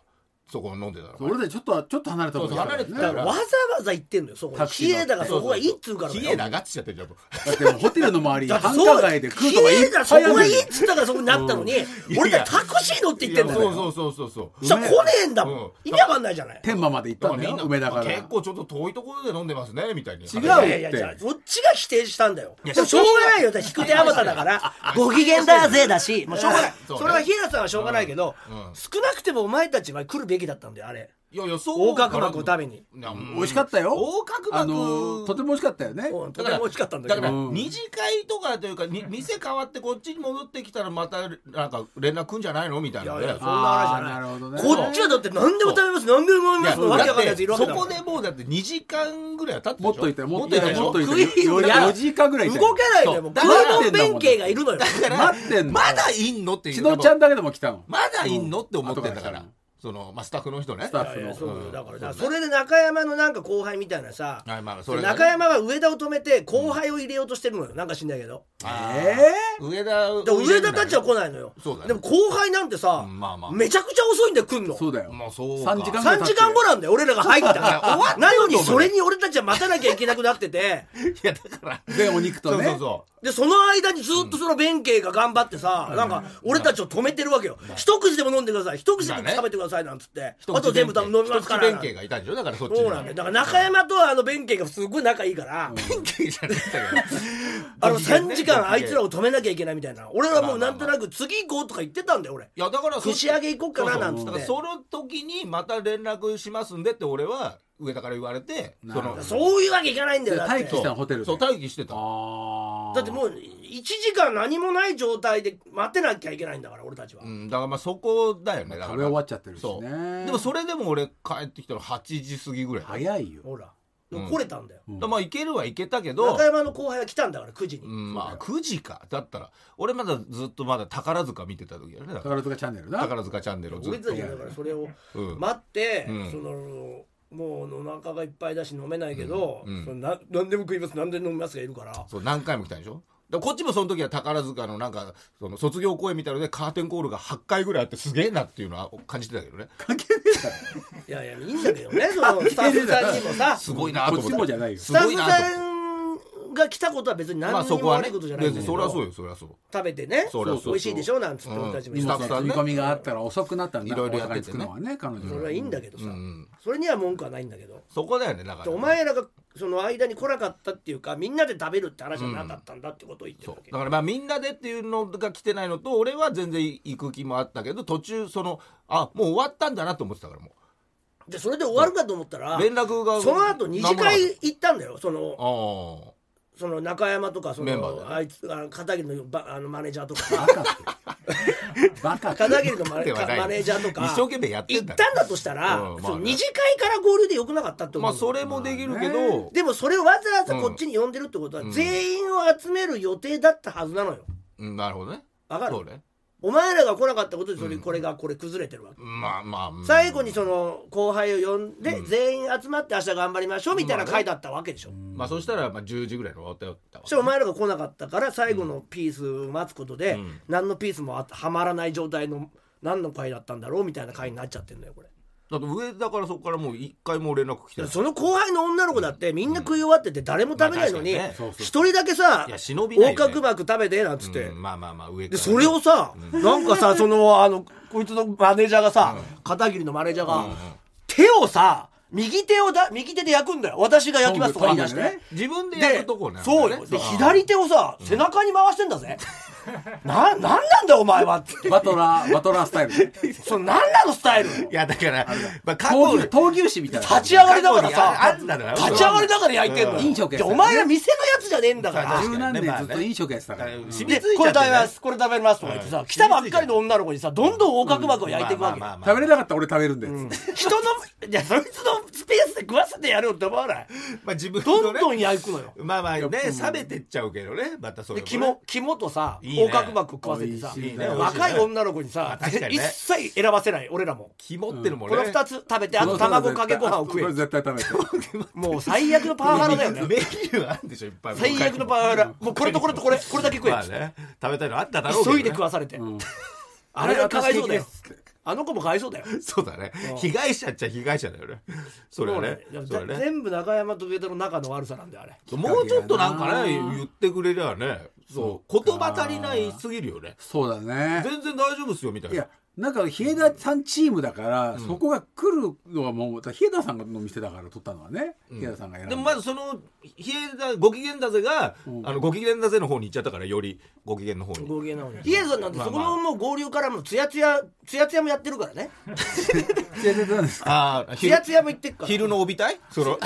Speaker 2: そこ飲んでたら
Speaker 3: 俺たちちょっとちょっと離れたとこ
Speaker 2: そうそう離れて
Speaker 3: ね
Speaker 2: た
Speaker 1: だからわざわざ行ってんのよそこ
Speaker 3: タクシ
Speaker 1: 冷
Speaker 3: ー乗って
Speaker 1: えだがそこがいいっつうからだよ
Speaker 2: 冷えだがっつっちゃってるじゃんもう
Speaker 3: だってもうホテルの周り
Speaker 1: だって
Speaker 3: 繁
Speaker 1: そう
Speaker 3: 華街で食うとかい
Speaker 1: 冷え
Speaker 3: っ
Speaker 1: だそ
Speaker 3: ぱいあ
Speaker 1: こがい
Speaker 3: る
Speaker 1: いっつったからそこになったのに
Speaker 2: うん
Speaker 1: 俺たちタクシー乗って行ってんだ
Speaker 2: いや
Speaker 1: よ
Speaker 2: そうそうそうそうそう
Speaker 1: そしたら来ねえんだも
Speaker 2: うん
Speaker 1: ん意味わかんないじゃない
Speaker 3: 天満まで行ったんだよ梅田から
Speaker 2: 結構ちょっと遠いところで飲んでますねみたいに
Speaker 3: 違う
Speaker 1: いやいやいやじゃあこっちが否定したんだよでもしょうがないよだって引く手あまただからご機嫌だぜだしもうしょうがない
Speaker 2: そうね
Speaker 1: それは冷えださんはしょうがないけど
Speaker 2: うん
Speaker 1: 少なくてもお前たちは来るべきだったんだよあれ
Speaker 2: いやいやそう
Speaker 1: 横隔膜を食べに
Speaker 3: 美味しかったよ
Speaker 2: 横隔膜
Speaker 3: あのーとても美味しかったよね
Speaker 1: うんとて
Speaker 2: だから
Speaker 1: も美味しかったんだ
Speaker 2: だ
Speaker 1: け
Speaker 2: から
Speaker 1: ど
Speaker 3: うん
Speaker 2: 二次会とかというかに店変わってこっちに戻ってきたらまたなんか連絡くんじゃないのみたいなね
Speaker 1: いやいや
Speaker 2: そう
Speaker 1: そんな話じゃない
Speaker 3: あーなるほどね
Speaker 1: こっちはだって何でも食べます何でも飲みます
Speaker 2: いや
Speaker 1: わけわかんないやついるわけ
Speaker 2: そ
Speaker 1: だ
Speaker 2: こでもうだって2時間ぐらいは経って
Speaker 3: もっといたよも
Speaker 2: も
Speaker 3: っ
Speaker 2: っ
Speaker 3: と
Speaker 2: と
Speaker 3: い
Speaker 2: い
Speaker 3: た
Speaker 2: た
Speaker 3: よ
Speaker 2: でしょ
Speaker 3: もっといた
Speaker 1: 食い
Speaker 3: よ
Speaker 1: いよ
Speaker 3: 俺ら4時間ぐらいいたよ
Speaker 1: 動かないでもう
Speaker 2: だ
Speaker 1: 食
Speaker 2: か
Speaker 1: い
Speaker 2: ら
Speaker 1: の弁慶がいるのよ
Speaker 2: だから
Speaker 3: 待ってんの
Speaker 2: まだいんのっていう
Speaker 3: しのちゃんだけでも来たの
Speaker 2: まだいんのって思ってんだから
Speaker 3: うん
Speaker 2: そのまあスタッフの人ね
Speaker 3: スタッ
Speaker 1: いやいや
Speaker 3: フ
Speaker 1: そう
Speaker 3: の
Speaker 1: よだからだから
Speaker 2: そう
Speaker 1: それで中山のなんか後輩みたいなさ
Speaker 2: はいまあそれがね
Speaker 1: 中山は上田を止めて後輩を入れようとしてるのよなんか知んないけど
Speaker 2: あー
Speaker 3: え
Speaker 2: 上田
Speaker 1: で上田たちは来ないのよ
Speaker 2: そうだね
Speaker 1: でも後輩なんてさ
Speaker 2: うんまあまあ
Speaker 1: めちゃくちゃ遅いんで来んの
Speaker 3: そうだよ
Speaker 2: もうそうか
Speaker 3: 3時間
Speaker 1: 3時間後なんだよ俺らが入った
Speaker 2: いや終わっ
Speaker 1: ら
Speaker 2: てんの
Speaker 1: なのにそれに俺たちは待たなきゃいけなくなってて
Speaker 2: いやだから
Speaker 3: でお肉と
Speaker 2: そう
Speaker 3: ね
Speaker 2: そうそう
Speaker 1: でその間にずっとその弁慶が頑張ってさ、なんか俺たちを止めてるわけよ、一口でも飲んでください一口でも食べてくださいなんつって、あと全部飲みますから
Speaker 2: 一口弁慶がいたんでしょだからそっちに
Speaker 1: そうなんだよだから中山とあの弁慶がすごい仲いいから、
Speaker 2: 弁慶じゃなくて
Speaker 1: あの3時間あいつら
Speaker 2: を
Speaker 1: を止めなきゃいけないみたいな俺はもうなんとなく次行こうとか言ってたんだよ俺
Speaker 2: いやだからそ
Speaker 1: 串揚げ行こうかななんつって
Speaker 2: だからその時にまた連絡しますんでって俺は上田から言われて
Speaker 3: な
Speaker 2: そ
Speaker 3: るほ
Speaker 2: の
Speaker 3: ど
Speaker 1: そういうわけいかないんだよだって
Speaker 3: 待機したのホテルで
Speaker 2: そう待機してた
Speaker 3: ああ
Speaker 1: だってもう1時間何もない状態で待ってなきゃいけないんだから俺たちは、
Speaker 2: うんだからまあそこだよねだから
Speaker 3: 食べ終わっちゃってるし
Speaker 2: そう
Speaker 3: ね
Speaker 2: でもそれでも俺帰ってきたの8時過ぎぐらいだか
Speaker 3: 早いよ
Speaker 1: ほら
Speaker 2: うん
Speaker 1: 来れたんだよ、
Speaker 2: らまあ行けるは行けたけど
Speaker 1: 中山の後輩が来たんだから9時に、
Speaker 2: うんまあ9時かだったら俺まだずっとまだ宝塚見てた時だよねだから
Speaker 3: 宝塚チャンネルな
Speaker 2: 宝塚チャンネルをずっ
Speaker 1: 俺た
Speaker 2: と
Speaker 1: ちはだからそれを
Speaker 2: うん
Speaker 1: 待って、
Speaker 2: うん
Speaker 1: そのもうお腹がいっぱいだし飲めないけど、
Speaker 2: うんうん
Speaker 1: そのな何でも食います何でも飲みますがいるから
Speaker 2: そう何回も来たんでしょだからこっちもその時は宝塚のなんかその卒業公演みたいのでカーテンコールが8回ぐらいあってすげえなっていうのは感じてたけどね
Speaker 3: 関係ねえだろ
Speaker 1: いやいやいいんだけどねそ
Speaker 2: [LAUGHS]
Speaker 1: のスタッフさんにもさ
Speaker 2: すごいなと思って
Speaker 3: こっちもじゃないよ
Speaker 1: ス
Speaker 2: す
Speaker 1: タッ
Speaker 2: ごい
Speaker 1: フ
Speaker 2: なと
Speaker 1: さ
Speaker 2: 思って
Speaker 1: んが来たことは別に
Speaker 2: まあ
Speaker 1: 何
Speaker 2: そ
Speaker 1: に
Speaker 2: こ
Speaker 1: も
Speaker 2: は
Speaker 1: 悪
Speaker 2: ね
Speaker 1: いことじゃないんだ
Speaker 2: 別
Speaker 1: け
Speaker 2: に
Speaker 1: ど、
Speaker 2: そりゃそうよそりゃそう
Speaker 1: 食べてね
Speaker 2: そりゃそうそう
Speaker 1: 美味しいでしょなんつって俺たちも
Speaker 2: うん
Speaker 3: 荷
Speaker 1: 言っ
Speaker 3: 物
Speaker 1: て
Speaker 2: ス
Speaker 1: さ
Speaker 2: タッフさん
Speaker 3: の積み込みがあったら遅くなったのに
Speaker 2: いろいろやっててね
Speaker 3: 大阪に着くのはね彼女
Speaker 1: それはいいんだけどさ、
Speaker 2: うん
Speaker 1: それには文句はないんだけど、
Speaker 2: そこだよねだから
Speaker 1: お前らがその間に来なかったっていうかみんなで食べるって話はなかったんだってことを言ってる
Speaker 2: そ
Speaker 1: わけ、
Speaker 2: うだからまあみんなでっていうのが来てないのと俺は全然行く気もあったけど途中そのあもう終わったんだなと思ってたからも
Speaker 1: でそれで終わるかと思ったら
Speaker 2: う連絡が
Speaker 1: その後二次会行ったんだよその
Speaker 2: あ
Speaker 1: その中山とかその
Speaker 2: メンバーで
Speaker 1: あいつあの片桐のばあのマネージャーと
Speaker 2: [LAUGHS]
Speaker 1: か
Speaker 3: バカってバカって
Speaker 1: 片桐のマネ
Speaker 2: ではない
Speaker 1: マネージャーと
Speaker 2: あ
Speaker 1: か
Speaker 2: 一生懸命やって
Speaker 1: 行
Speaker 2: んだ
Speaker 1: っ
Speaker 2: ね
Speaker 1: たんだとしたら、
Speaker 2: うんまあね
Speaker 1: その二次会から合流でよくなかったって思う
Speaker 2: まあ
Speaker 1: の
Speaker 2: それもできるけど、
Speaker 3: まあね
Speaker 1: でもそれをわざわざこっちに呼んでるってことは、
Speaker 2: うん
Speaker 1: 全員を集める予定だったはずなのよ
Speaker 2: うんなるほどね
Speaker 1: わかる
Speaker 2: そうね
Speaker 1: お前らが来なかったことでそれ、これがこれ崩れてるわけ
Speaker 2: まあまあ、うん
Speaker 1: 最後にその後輩を呼んで
Speaker 2: うん
Speaker 1: 全員集まって明日頑張りましょうみたいな回だったわけでしょ、
Speaker 2: まあそしたらまあ10時ぐらいに終わったよって
Speaker 1: そしてお前らが来なかったから最後のピースを待つことで
Speaker 2: うん
Speaker 1: 何のピースもあはまらない状態の何の回だったんだろうみたいな回になっちゃってるんだよこれ
Speaker 2: だって上だからそこからもう一回も連絡来てない
Speaker 1: その後輩の女の子だってみんな食い終わってて誰も食べないのに
Speaker 2: まあ確
Speaker 3: かにね
Speaker 1: 一人だけさ
Speaker 2: いや忍びないよ
Speaker 1: 横
Speaker 2: ね
Speaker 1: 隔膜食べてなんつって
Speaker 2: うんまあまあまあ上か
Speaker 1: で
Speaker 2: ら
Speaker 1: それをさなんか
Speaker 2: [LAUGHS]
Speaker 1: さそのあのこいつのマネージャーがさ片桐のマネージャーが手をさ右手をだ右手で焼くんだよ私が焼きますとか言い出して
Speaker 3: トングトングでね
Speaker 2: 自分でや
Speaker 1: で
Speaker 2: るとこね
Speaker 1: そうよで
Speaker 2: あー
Speaker 1: 左手をさ背中に回してんだぜ [LAUGHS] ななんなんだよお前はって [LAUGHS]
Speaker 3: バトラーバトラースタイルね
Speaker 1: そのなんなのスタイル
Speaker 2: [LAUGHS] いやだからまあ過
Speaker 3: 闘
Speaker 2: 去
Speaker 3: 牛闘牛士みたいな
Speaker 1: 立ち上がりだから
Speaker 2: あ
Speaker 1: さ
Speaker 2: んなのよ
Speaker 1: 立ち上がりだから焼いてんの
Speaker 3: うん飲食やってたね
Speaker 1: じゃあお前ら店のやつじゃねえんだか
Speaker 2: まあ
Speaker 1: ら
Speaker 2: 確か
Speaker 3: 十
Speaker 2: に
Speaker 3: 何
Speaker 2: ね
Speaker 3: 年
Speaker 2: まあ
Speaker 3: ず
Speaker 2: ね
Speaker 3: っと飲食やってたから
Speaker 2: 染みついちゃ
Speaker 1: で
Speaker 2: ってね
Speaker 1: これ食べますこれ食べますとか言ってさ来たばっかりの女の子にさどんどん横隔膜を焼いていくわけ
Speaker 2: まあまあまあ
Speaker 3: 食べれなかったら俺食べるんでつって
Speaker 1: 人のいやそいつのスペースで食わせてやるよって思わ
Speaker 2: [LAUGHS]
Speaker 1: ない
Speaker 2: まあ自分
Speaker 1: ど
Speaker 2: の
Speaker 1: ん
Speaker 2: ね
Speaker 1: どん焼くのよ
Speaker 2: まあまあね冷めてっちゃうけどねまたそれ
Speaker 1: で
Speaker 2: もね
Speaker 1: 肝肝とさ
Speaker 2: いいね
Speaker 1: 横隔膜食わせてさ
Speaker 3: 美味しいね
Speaker 1: 若い女の子にさ
Speaker 2: まあ確かに
Speaker 1: 一
Speaker 2: ね
Speaker 1: 切選ばせない俺らも
Speaker 2: 肝ってのも
Speaker 1: こ
Speaker 2: ね
Speaker 1: の2つ食べてあと卵かけご飯を食え
Speaker 3: これ絶対食べて
Speaker 1: もう最悪のパワハラだよね
Speaker 2: メニューあるでしょいっぱい
Speaker 1: 最悪のパワハラもうこれとこれとこれこれだけ食え
Speaker 2: まあね食べたいのあっただろうけどね
Speaker 1: 急いで食わされて
Speaker 3: ん
Speaker 1: あれがかわいそうだよ
Speaker 3: あれ私的で
Speaker 1: あの子もかわいそうだよ
Speaker 2: [LAUGHS] そうだね被害者っちゃ被害者だよねそれはね
Speaker 1: もうね
Speaker 2: それはね
Speaker 1: 全部中山と上田の中の悪さなんだよあれ
Speaker 2: もうちょっとなんかね言ってくれりゃねそう言葉足りないすぎるよね
Speaker 3: そうだね
Speaker 2: 全然大丈夫っすよみたい
Speaker 3: い
Speaker 2: な
Speaker 3: やなんか日枝さんチームだから、そこが来るのはもうだから日枝さんの店だから取ったのはね、日枝さんが選ん
Speaker 2: で
Speaker 3: だ
Speaker 2: もまずその比叡だご機嫌だぜが、あのご機嫌だぜの方に行っちゃったからよりご機嫌の方に
Speaker 1: 合計なのにヒエさんなんてそこのもう合流からもうツヤツヤツヤツヤもやってるからね
Speaker 3: 日枝さんです
Speaker 2: ああ
Speaker 1: ツヤツヤも行ってっから
Speaker 2: 昼の帯帯その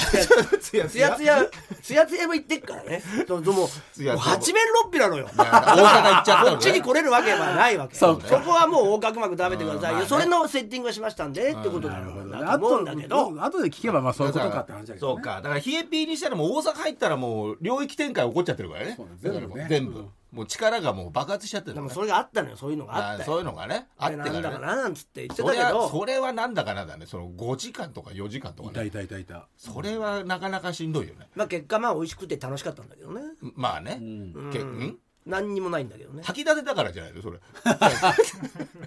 Speaker 2: つや
Speaker 1: つやつや、つやつやも行ってっからね。でも、でもも
Speaker 2: つやつや
Speaker 1: う八面六臂なのよ。
Speaker 2: 大阪行っちゃったのね
Speaker 1: こっちに来れるわけはないわけ。そ
Speaker 3: そ
Speaker 1: う
Speaker 3: か
Speaker 1: こはもう横隔膜食べてください
Speaker 2: うんまあ
Speaker 1: よ。
Speaker 2: ね
Speaker 1: それのセッティングはしましたんで、ってことだろうな
Speaker 3: あ
Speaker 1: と思う
Speaker 3: と
Speaker 1: んだけど。
Speaker 3: あとで聞けばまあそういうことかって話だけど、ね、
Speaker 2: そうかだからヒエピーにしたらもう大阪入ったらもう領域展開起こっちゃってるからね
Speaker 3: そうだ全部ね
Speaker 2: もう全部、
Speaker 3: うん
Speaker 2: もう力がもう爆発しちゃってる
Speaker 1: で
Speaker 2: から
Speaker 1: も
Speaker 2: ね
Speaker 1: それがあったのよ、そういうのがあ
Speaker 2: あ
Speaker 1: った
Speaker 2: そう
Speaker 1: よ。
Speaker 2: いうのがねあってか
Speaker 1: な
Speaker 2: ら
Speaker 1: んだか
Speaker 2: ね
Speaker 1: ななんつって言って
Speaker 2: そ
Speaker 1: たけ
Speaker 2: れは
Speaker 1: ど、
Speaker 2: それはなんだかなんだねその5時間とか4時間と
Speaker 3: い
Speaker 2: か
Speaker 3: た
Speaker 2: ね
Speaker 3: いたいたいた
Speaker 2: それはなかなかしんどいよね
Speaker 1: まあ結果まあ美味しくて楽しかったんだけどね。
Speaker 2: まあね、けん
Speaker 1: 何にもないんだけど
Speaker 2: [LAUGHS]
Speaker 1: ね。
Speaker 2: 炊き立てだからじゃないのそれ [LAUGHS]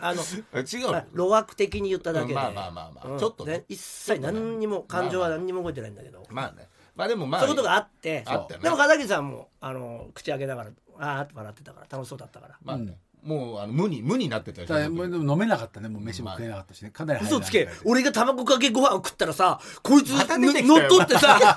Speaker 1: あの、
Speaker 2: 違う
Speaker 1: ま
Speaker 2: の
Speaker 1: あ路枠的に言っただけで。
Speaker 2: まあまあまあまあ
Speaker 1: うん
Speaker 2: ちょっとね
Speaker 1: 一切何にも、感情は何にも動いてないんだけど。
Speaker 2: まあねまあでもまあ
Speaker 1: そういうことがあって、
Speaker 2: あったよね
Speaker 1: でも片桐さんもあの口開けながらあーって笑ってたから楽しそうだったから、
Speaker 2: まあね、もうあの無に無になってたでしょ
Speaker 3: ただもうでも飲めなかったねもう飯も食えなかったしねかなり入ら
Speaker 1: 嘘
Speaker 3: な
Speaker 1: つ
Speaker 3: い
Speaker 1: け俺が卵かけご飯を食ったらさこいつ
Speaker 2: また出
Speaker 1: の
Speaker 2: てきたよ
Speaker 1: 乗っ取って
Speaker 2: [LAUGHS]
Speaker 1: さ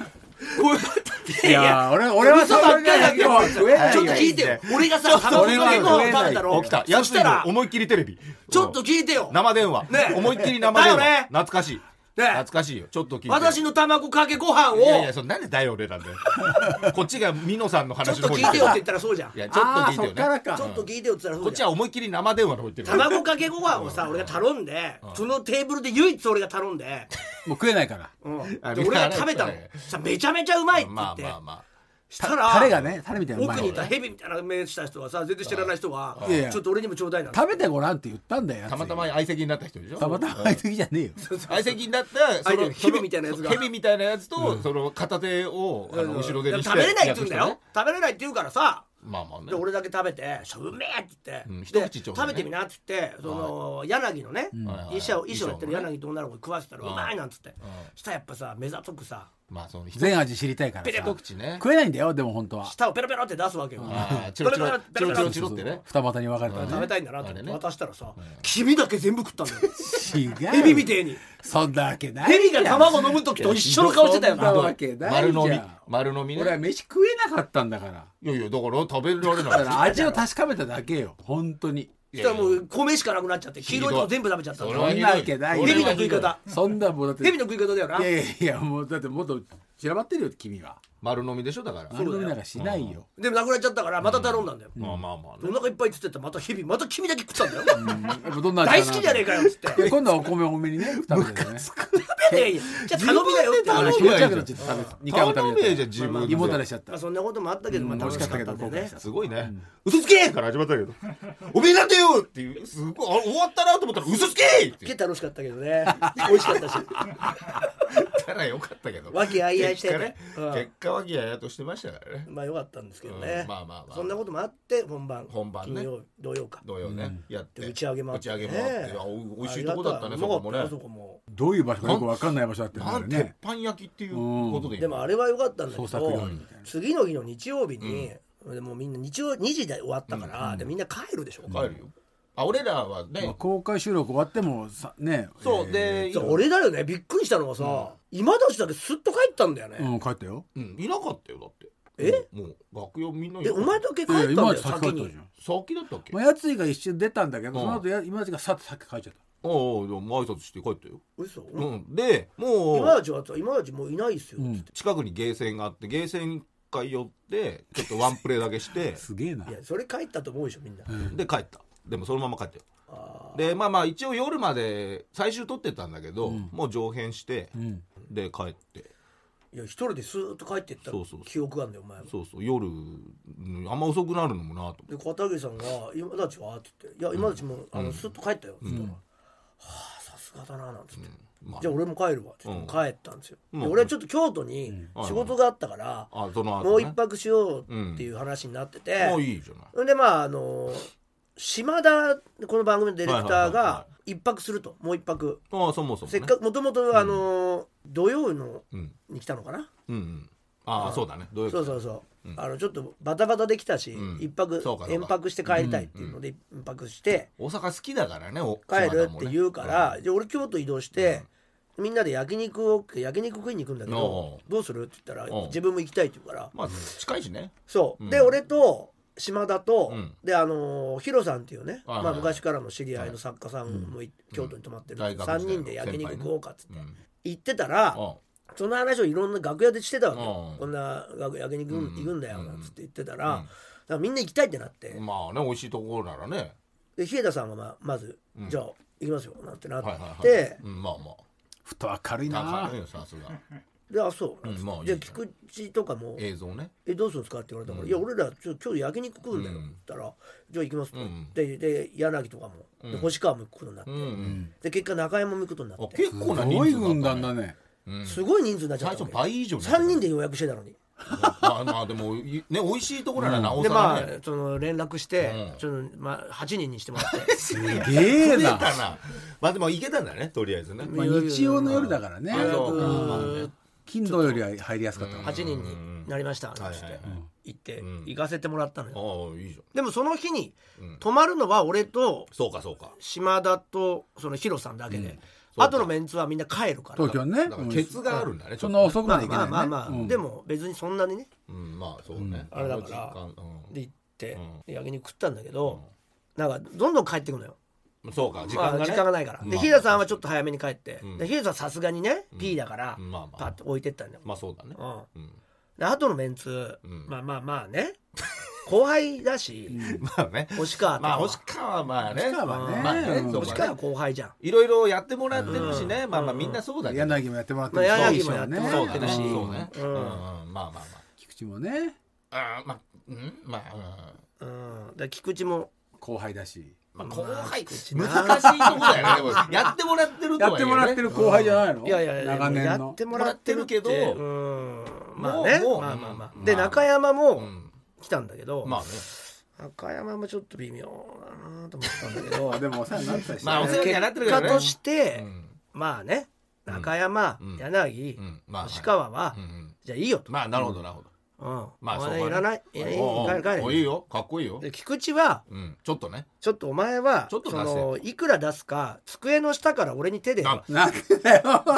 Speaker 1: こう
Speaker 3: いやー俺俺は
Speaker 1: 嘘ばっかりだけど
Speaker 3: それが食えな
Speaker 1: ちょっ
Speaker 3: いよ
Speaker 1: と聞いてよ俺がさ卵かけご飯を食べたろ
Speaker 2: 起きた
Speaker 1: そ
Speaker 2: 安
Speaker 1: し
Speaker 2: い
Speaker 1: たら
Speaker 2: の思いっきりテレビ
Speaker 1: ちょっと聞いてよ
Speaker 2: 生電話、
Speaker 1: ね
Speaker 2: 思いっきり生電話、
Speaker 1: だよね
Speaker 2: 懐かしい、懐かしいよちょっと聞いて
Speaker 1: 私の卵かけご飯を
Speaker 2: いやいやそれなんでだよ俺なんだよこっちがミノさんの
Speaker 1: ちょっ
Speaker 2: 話
Speaker 1: と
Speaker 2: の方
Speaker 1: 聞
Speaker 2: に
Speaker 1: いてよって言ったらそうじゃん
Speaker 2: い
Speaker 1: ち
Speaker 2: やちょっと聞いて
Speaker 3: あーそ
Speaker 2: よ
Speaker 3: っ
Speaker 2: ね
Speaker 3: からか
Speaker 1: ょっと聞いてよって言ったら
Speaker 2: こ
Speaker 1: そ
Speaker 2: っ
Speaker 1: う
Speaker 2: ち
Speaker 1: じゃ
Speaker 2: は
Speaker 1: ん
Speaker 2: 思いっきり生電話の方行ってる
Speaker 1: 卵かけご飯をさ俺が頼んでそのテーブルで唯一俺が頼んで
Speaker 3: もう食えないから
Speaker 1: うん
Speaker 2: あ
Speaker 1: で
Speaker 2: みん
Speaker 1: 俺
Speaker 2: な
Speaker 1: が食べたの
Speaker 2: ね
Speaker 1: さめちゃめちゃうまいって言
Speaker 2: ま
Speaker 1: っ
Speaker 2: あ
Speaker 1: て
Speaker 2: まあま
Speaker 1: したら
Speaker 3: タレがねタレみたいなのうま
Speaker 1: 奥
Speaker 3: い
Speaker 1: にいた蛇みたいな目した人はさ全然知らない人はい
Speaker 3: やいや
Speaker 1: ちょっと俺にもちょうだいな
Speaker 3: 食べてごらんって言ったんだよや
Speaker 2: あ
Speaker 3: つ
Speaker 2: たまたま相席になった人でしょ
Speaker 3: たまたま入ってきじゃねえよ
Speaker 2: 相席になった
Speaker 1: あれ蛇みたいなやつが
Speaker 2: 蛇みたいなやつと、その片手をあの後ろ手にして
Speaker 1: 食べれないって言うんだよ食べれないって言うからさ
Speaker 2: まあまあね
Speaker 1: で俺だけ食べて「しょうめえ!」って言って、
Speaker 2: うん一
Speaker 1: で
Speaker 2: 口ちょうだ
Speaker 1: 食
Speaker 2: いね
Speaker 1: べてみな」って言ってその、柳のね、
Speaker 3: ん
Speaker 2: はいはいはい
Speaker 1: 医者を衣装やってる
Speaker 2: 衣装のね
Speaker 1: 柳と女の子に食わせたら「
Speaker 2: うん
Speaker 1: うまい!」なんつって、
Speaker 2: うん
Speaker 1: したらやっぱさ目ざとくさ
Speaker 2: まあその一
Speaker 3: 全味知りたいから
Speaker 1: ペレ
Speaker 3: さ
Speaker 1: コ
Speaker 2: 口ね
Speaker 3: 食えないんだよでも本当は
Speaker 1: 舌をペロペロって出すわけよ、
Speaker 2: あーチ
Speaker 1: ペ
Speaker 2: ロ
Speaker 1: ロ
Speaker 2: チ
Speaker 1: ペ
Speaker 2: ロ
Speaker 1: ロペロペ
Speaker 2: チロ
Speaker 1: ロ
Speaker 2: チロってね
Speaker 3: 二股に分かれた
Speaker 1: 食
Speaker 3: ら
Speaker 1: べ
Speaker 3: ね
Speaker 1: たいんだなと思っ
Speaker 2: あ
Speaker 1: て
Speaker 2: れね
Speaker 1: 渡したらさ、黄身だけ全部食ったんだよ
Speaker 3: 違う
Speaker 1: エビみてえに
Speaker 3: そんなわけない
Speaker 1: ヘビが卵飲む時と一緒の顔してたよ
Speaker 3: そんな
Speaker 1: な
Speaker 3: わけない
Speaker 2: 丸飲
Speaker 3: じ
Speaker 2: み
Speaker 3: ゃん
Speaker 2: 丸飲みね
Speaker 3: 俺は飯食えなかったんだから
Speaker 2: いやいやだから食べられ
Speaker 3: だか
Speaker 2: な
Speaker 3: ら味を確かめただけよ本当に
Speaker 2: い
Speaker 1: そした
Speaker 2: いや
Speaker 1: ら
Speaker 2: い
Speaker 1: も
Speaker 2: や
Speaker 1: う米しかなくなっちゃって黄色いとこ全部食べちゃった
Speaker 2: そ
Speaker 1: ん
Speaker 2: れ
Speaker 1: だよ
Speaker 2: は
Speaker 3: そんなわけないよ
Speaker 1: 蛇の食い方
Speaker 3: そんなもうだって
Speaker 1: ヘビの食い方だよない
Speaker 3: やいやいやもうだってもっと散らばってるよ君は
Speaker 2: 丸飲みでしょだから
Speaker 3: 丸飲みなんかしないよ
Speaker 1: でもなくなっちゃったからまた頼んだんだよ、
Speaker 2: まあまあまあ
Speaker 1: お
Speaker 2: ね
Speaker 1: 腹いっぱいっつってたらまたヘビまた黄身だけ食ったんだよ
Speaker 3: やっぱどんな
Speaker 1: 大好きじゃねえかよっつって
Speaker 3: え今度はお米多めにね食べてね
Speaker 1: 食べねえ
Speaker 2: [LAUGHS]
Speaker 1: よじゃあ頼みなよって
Speaker 3: あ
Speaker 2: 分で
Speaker 3: れ
Speaker 1: 話
Speaker 3: 気
Speaker 2: 頼む
Speaker 3: 持ち悪くなっちゃって食べ2回も
Speaker 2: 頼
Speaker 3: 食
Speaker 2: め
Speaker 3: べ
Speaker 2: え
Speaker 3: ち
Speaker 2: じゃ
Speaker 3: ゃ
Speaker 2: ん
Speaker 3: った
Speaker 2: 自分
Speaker 1: まあ
Speaker 2: で
Speaker 1: ま
Speaker 3: 胃もたれしちゃっ
Speaker 1: まあ
Speaker 3: た
Speaker 1: そんなこともあったけど、まあ、
Speaker 3: 美味しかったけど
Speaker 1: 楽しんだ
Speaker 3: 後
Speaker 1: よ
Speaker 3: 悔
Speaker 1: ね
Speaker 3: した
Speaker 2: すごいね
Speaker 1: 嘘つけ
Speaker 2: から始まったけどおめえなんだよっていうすごいあ終わったなと思ったら嘘つけって
Speaker 1: け楽しかったけど
Speaker 2: [LAUGHS]
Speaker 1: ね美味しかったし
Speaker 2: 言ったらよかったけど
Speaker 1: 和気あいあいして
Speaker 2: 結果
Speaker 1: ね
Speaker 2: ね
Speaker 1: うん
Speaker 2: 結果和気あいあいとしてましたからね
Speaker 1: まあ良かったんですけどね、
Speaker 2: うんまあまあまあ
Speaker 1: そんなこともあって本番
Speaker 2: 本番ね
Speaker 1: 金曜土曜か
Speaker 2: 同様ねやって
Speaker 1: 打ち上げもあ
Speaker 2: 打
Speaker 1: って
Speaker 2: ち上げもあってあお美味しいとこだったね
Speaker 1: あり
Speaker 2: そ
Speaker 1: が
Speaker 2: こ
Speaker 1: た
Speaker 2: も
Speaker 1: い
Speaker 2: ね
Speaker 1: うまかったよそこも
Speaker 3: どういう場所かよく分かんない場所だって
Speaker 2: なんん
Speaker 3: だ
Speaker 2: 鉄
Speaker 3: よね
Speaker 2: 板焼きっていうことで
Speaker 1: でもあれは良かったんだけ
Speaker 3: 創作料
Speaker 1: ど
Speaker 3: 理みたいな
Speaker 1: 次の日の日曜日に、でもうみんな日曜2時で終わったから、でみんな帰るでしょ
Speaker 2: 帰るよあ俺らは
Speaker 3: まあ
Speaker 2: ね
Speaker 3: 公開収録終わってもさね
Speaker 2: そうで
Speaker 1: そう俺だよねびっくりしたのがさ、今だしだけすっと帰ったんだよね、
Speaker 3: うん帰ったよ
Speaker 2: うんいなかったよだって
Speaker 1: え
Speaker 2: もう楽屋みんな
Speaker 1: えお前だけ帰ったんだ
Speaker 3: 今
Speaker 1: よ
Speaker 3: は先帰
Speaker 1: 先
Speaker 3: ったじゃ
Speaker 1: に
Speaker 3: ん
Speaker 2: 先だったっけ
Speaker 3: まあやついが一瞬出たんだけど
Speaker 2: うん
Speaker 3: その後や今やついがさっとさっき帰っちゃった
Speaker 2: ああでも挨拶して帰ったよ
Speaker 1: 嘘、
Speaker 2: うんでも
Speaker 1: 今
Speaker 2: う
Speaker 1: だちは今だちもういないですよ、
Speaker 3: うん
Speaker 1: つって
Speaker 2: 近くにゲーセンがあってゲーセン一回寄ってちょっとワンプレーだけし
Speaker 1: [LAUGHS]
Speaker 2: て
Speaker 3: すげえない
Speaker 1: やそれ帰ったと思うでしょみんな、
Speaker 2: で帰ったでもそのまま帰ったよ
Speaker 1: あ
Speaker 2: でまあまあ一応夜まで最終撮ってたんだけど、
Speaker 3: うん
Speaker 2: もう上編して
Speaker 3: う、ん
Speaker 2: で帰って
Speaker 1: ーいや一人ですーっと帰ってった
Speaker 2: そうそうそう
Speaker 1: 記憶があるんだよお前は
Speaker 2: そうそう夜うんあんま遅くなるのもなと思って
Speaker 1: で片桐さんが「今たちは?」って言って「いや今たちも、あのスッと帰ったよ」つったら「はあさすがだな」なんつって、
Speaker 2: まあ
Speaker 1: じゃあ俺も帰るわ」って言って帰ったんですよ、
Speaker 2: ん
Speaker 1: で俺はちょっと京都に仕事があったから、
Speaker 2: あその後、ね、
Speaker 1: もう一泊しようっていう話になってて、
Speaker 2: もういいじゃない
Speaker 1: それでまああの島田この番組のディレクター
Speaker 2: はいはいはいは
Speaker 1: が一泊するともう一泊
Speaker 2: ああそもそも、ね、
Speaker 1: せっかくもともとあの土曜の
Speaker 2: うん
Speaker 1: に来たのかな
Speaker 2: うんうんああそうだねどういう
Speaker 1: そうそうそう、あのちょっとバタバタできたし、
Speaker 2: うん
Speaker 1: 一泊
Speaker 2: そうかそうか
Speaker 1: 延泊して帰りたいっていうので一泊して
Speaker 2: 大阪好きだからねお
Speaker 1: 帰るっ
Speaker 2: 島田も
Speaker 1: て
Speaker 2: ね
Speaker 1: 言うから、で俺京都移動して、みんなで焼肉を焼肉食いに行くんだけ
Speaker 2: お
Speaker 1: ど
Speaker 2: う
Speaker 1: どうするって言ったら
Speaker 2: おう
Speaker 1: 自分も行きたいって言うから
Speaker 2: まあ近いしね
Speaker 1: そう、
Speaker 2: うん
Speaker 1: で俺と島田と、
Speaker 2: うん
Speaker 1: であのーヒロさんっていうね、
Speaker 2: はいはい
Speaker 1: まあ、昔からの知り合いの作家さんもい、京都に泊まってる、
Speaker 2: 大学時代
Speaker 1: 3
Speaker 2: の
Speaker 1: 人で焼肉食おうかっつって、
Speaker 2: うん
Speaker 1: 行ってたら、
Speaker 2: あ
Speaker 1: その話をいろんな楽屋でしてたわけよ、
Speaker 2: うん
Speaker 1: こんな楽焼肉行くんだよなんつって言ってたら、
Speaker 2: うん
Speaker 1: だからみんな行きたいってなって、
Speaker 2: あまあね美味しいところならね
Speaker 1: で日枝さんがまあまず、
Speaker 2: うん
Speaker 1: じゃあ行きますよなんてなって、
Speaker 2: はいはいはいうんまあまあ
Speaker 3: ふと明るいな
Speaker 2: 高いよさすが
Speaker 1: であそう、
Speaker 2: うんまあいい
Speaker 1: じ
Speaker 2: じゃ
Speaker 1: ゃ
Speaker 2: ん
Speaker 1: あ菊池とかも
Speaker 2: 映像ね
Speaker 1: えどうするんですか?」って言われたから「いや俺らちょ今日焼肉食うんだよ」
Speaker 2: う
Speaker 1: っ
Speaker 2: ん
Speaker 1: て言ったら「じゃあ行きます」と、
Speaker 2: うん
Speaker 1: でで柳とかも、で星川も行くことになって、
Speaker 2: うんうん
Speaker 1: で結果中山も行くことにな
Speaker 2: あ
Speaker 1: って
Speaker 2: 結構な
Speaker 3: すごい
Speaker 2: 人数
Speaker 3: 軍
Speaker 2: だった
Speaker 3: 団
Speaker 2: ね
Speaker 3: だね
Speaker 1: すごい人数になっちゃ
Speaker 2: 最
Speaker 1: った
Speaker 2: 初
Speaker 1: わけ
Speaker 2: 倍以上ね
Speaker 1: 3人で予約してたのに
Speaker 2: まあまあでもいね美味しいところならなお
Speaker 1: でま
Speaker 2: さ
Speaker 1: あ
Speaker 2: らね
Speaker 1: その連絡して、
Speaker 2: うん
Speaker 1: ちょっとまあ8人にしてもらって
Speaker 2: [LAUGHS]
Speaker 3: す
Speaker 1: [LAUGHS]
Speaker 3: げえ
Speaker 2: 食えたな
Speaker 3: な
Speaker 2: まあでも行けたんだねとりあえずね
Speaker 3: まあ日曜の夜だからね
Speaker 2: あそうかまあね
Speaker 3: 金土よりは入りやすかった
Speaker 1: 8人になりましたなんつって、
Speaker 2: はいはいはい
Speaker 1: 行って、
Speaker 2: ん
Speaker 1: 行かせてもらったのよ、
Speaker 2: ああいいじゃん
Speaker 1: でもその日に泊まるのは俺と
Speaker 2: そうかそうか
Speaker 1: 島田とそのヒロさんだけで、後のメンツはみんな帰るから
Speaker 3: 東京ね
Speaker 2: だからケツがあるんだねちょっ
Speaker 3: そん
Speaker 2: と
Speaker 3: な遅くま
Speaker 1: ま
Speaker 3: で
Speaker 1: あ
Speaker 3: いけな
Speaker 1: ま
Speaker 3: い
Speaker 1: あ
Speaker 3: ね
Speaker 1: まあまあ、
Speaker 3: うん
Speaker 1: でも別にそんなにね
Speaker 2: うんまあそうね
Speaker 1: あれだから
Speaker 2: あの時間うん
Speaker 1: で行って
Speaker 2: ん、
Speaker 1: で焼肉食ったんだけど、なんかどんどん帰ってくのよ
Speaker 2: そうか時
Speaker 1: 時間,、ま
Speaker 2: 間が
Speaker 1: あ、
Speaker 2: ね
Speaker 1: 時間がないから、で
Speaker 2: まあ
Speaker 1: ヒデさんはちょっと早めに帰って、
Speaker 2: ん
Speaker 1: でヒデさんさすがにね、P だから、
Speaker 2: まあまあ
Speaker 1: パッと置いてったんだよ、
Speaker 2: まあそうだね
Speaker 1: う
Speaker 2: うんん
Speaker 1: で後のメンツ、
Speaker 2: うん
Speaker 1: まあまあまあね後輩だし、
Speaker 2: まあね
Speaker 1: 星川とか
Speaker 2: まあ星川はまあね
Speaker 3: 星川はね
Speaker 2: まあね
Speaker 3: うん
Speaker 2: そう
Speaker 1: 星
Speaker 2: か
Speaker 1: 川
Speaker 2: ね
Speaker 1: は後輩じゃん、
Speaker 2: いろいろやってもらってるしね、まあまあみんなそうだけど、
Speaker 3: 柳もやってもらって
Speaker 1: まあ、
Speaker 3: るし
Speaker 1: 柳もやっても
Speaker 2: そ
Speaker 1: ら
Speaker 2: う
Speaker 1: っ
Speaker 2: だ
Speaker 1: てる
Speaker 2: ね
Speaker 1: し、
Speaker 2: そうね、うん
Speaker 1: ん
Speaker 2: うんまあまあま
Speaker 3: 菊池もね
Speaker 2: ああーまあうんまあ、
Speaker 1: うん、で菊池も
Speaker 3: 後輩だし
Speaker 2: うんまあ、後輩
Speaker 1: 口な
Speaker 2: 難しいとこだよねでもやってもらってると
Speaker 3: や
Speaker 2: は
Speaker 3: ってもらってる後輩じゃないの
Speaker 1: いやいやいや
Speaker 3: 長年
Speaker 1: やっ
Speaker 3: の
Speaker 1: てもらってる
Speaker 2: もらってるけど
Speaker 1: うんまあね
Speaker 2: もうもう
Speaker 1: まあまあまあ、
Speaker 2: うん
Speaker 1: で
Speaker 2: まあ
Speaker 1: 中山も、
Speaker 2: うん
Speaker 1: 来たんだけど、
Speaker 2: まあね
Speaker 1: 赤山もちょっと微妙だなと思ったんだけど
Speaker 3: でもお世話になった
Speaker 2: [LAUGHS]
Speaker 3: し、
Speaker 2: まあお世話にはなってるけど
Speaker 1: 結
Speaker 2: ね
Speaker 1: 果として、
Speaker 2: うん
Speaker 1: まあね中山、
Speaker 2: うん
Speaker 1: 柳、
Speaker 2: うんまあはい
Speaker 1: 石川は、
Speaker 2: うんうん
Speaker 1: じゃあいいよと、
Speaker 2: まあなるほどなるほど
Speaker 1: うん
Speaker 2: まあ
Speaker 1: お
Speaker 2: そ
Speaker 1: 前
Speaker 2: う
Speaker 1: いらない、い
Speaker 2: お
Speaker 1: やい
Speaker 2: う
Speaker 1: い
Speaker 2: おう
Speaker 1: 帰れ
Speaker 2: おう
Speaker 1: 帰
Speaker 2: いい
Speaker 1: れ
Speaker 2: よかっこいいよ
Speaker 1: で菊池は
Speaker 2: うんちょっとね
Speaker 1: ちょっとお前は
Speaker 2: ちょっと出
Speaker 1: そ
Speaker 2: せ
Speaker 1: のいくら出すか机の下から俺に手で
Speaker 2: あ
Speaker 3: なんだよ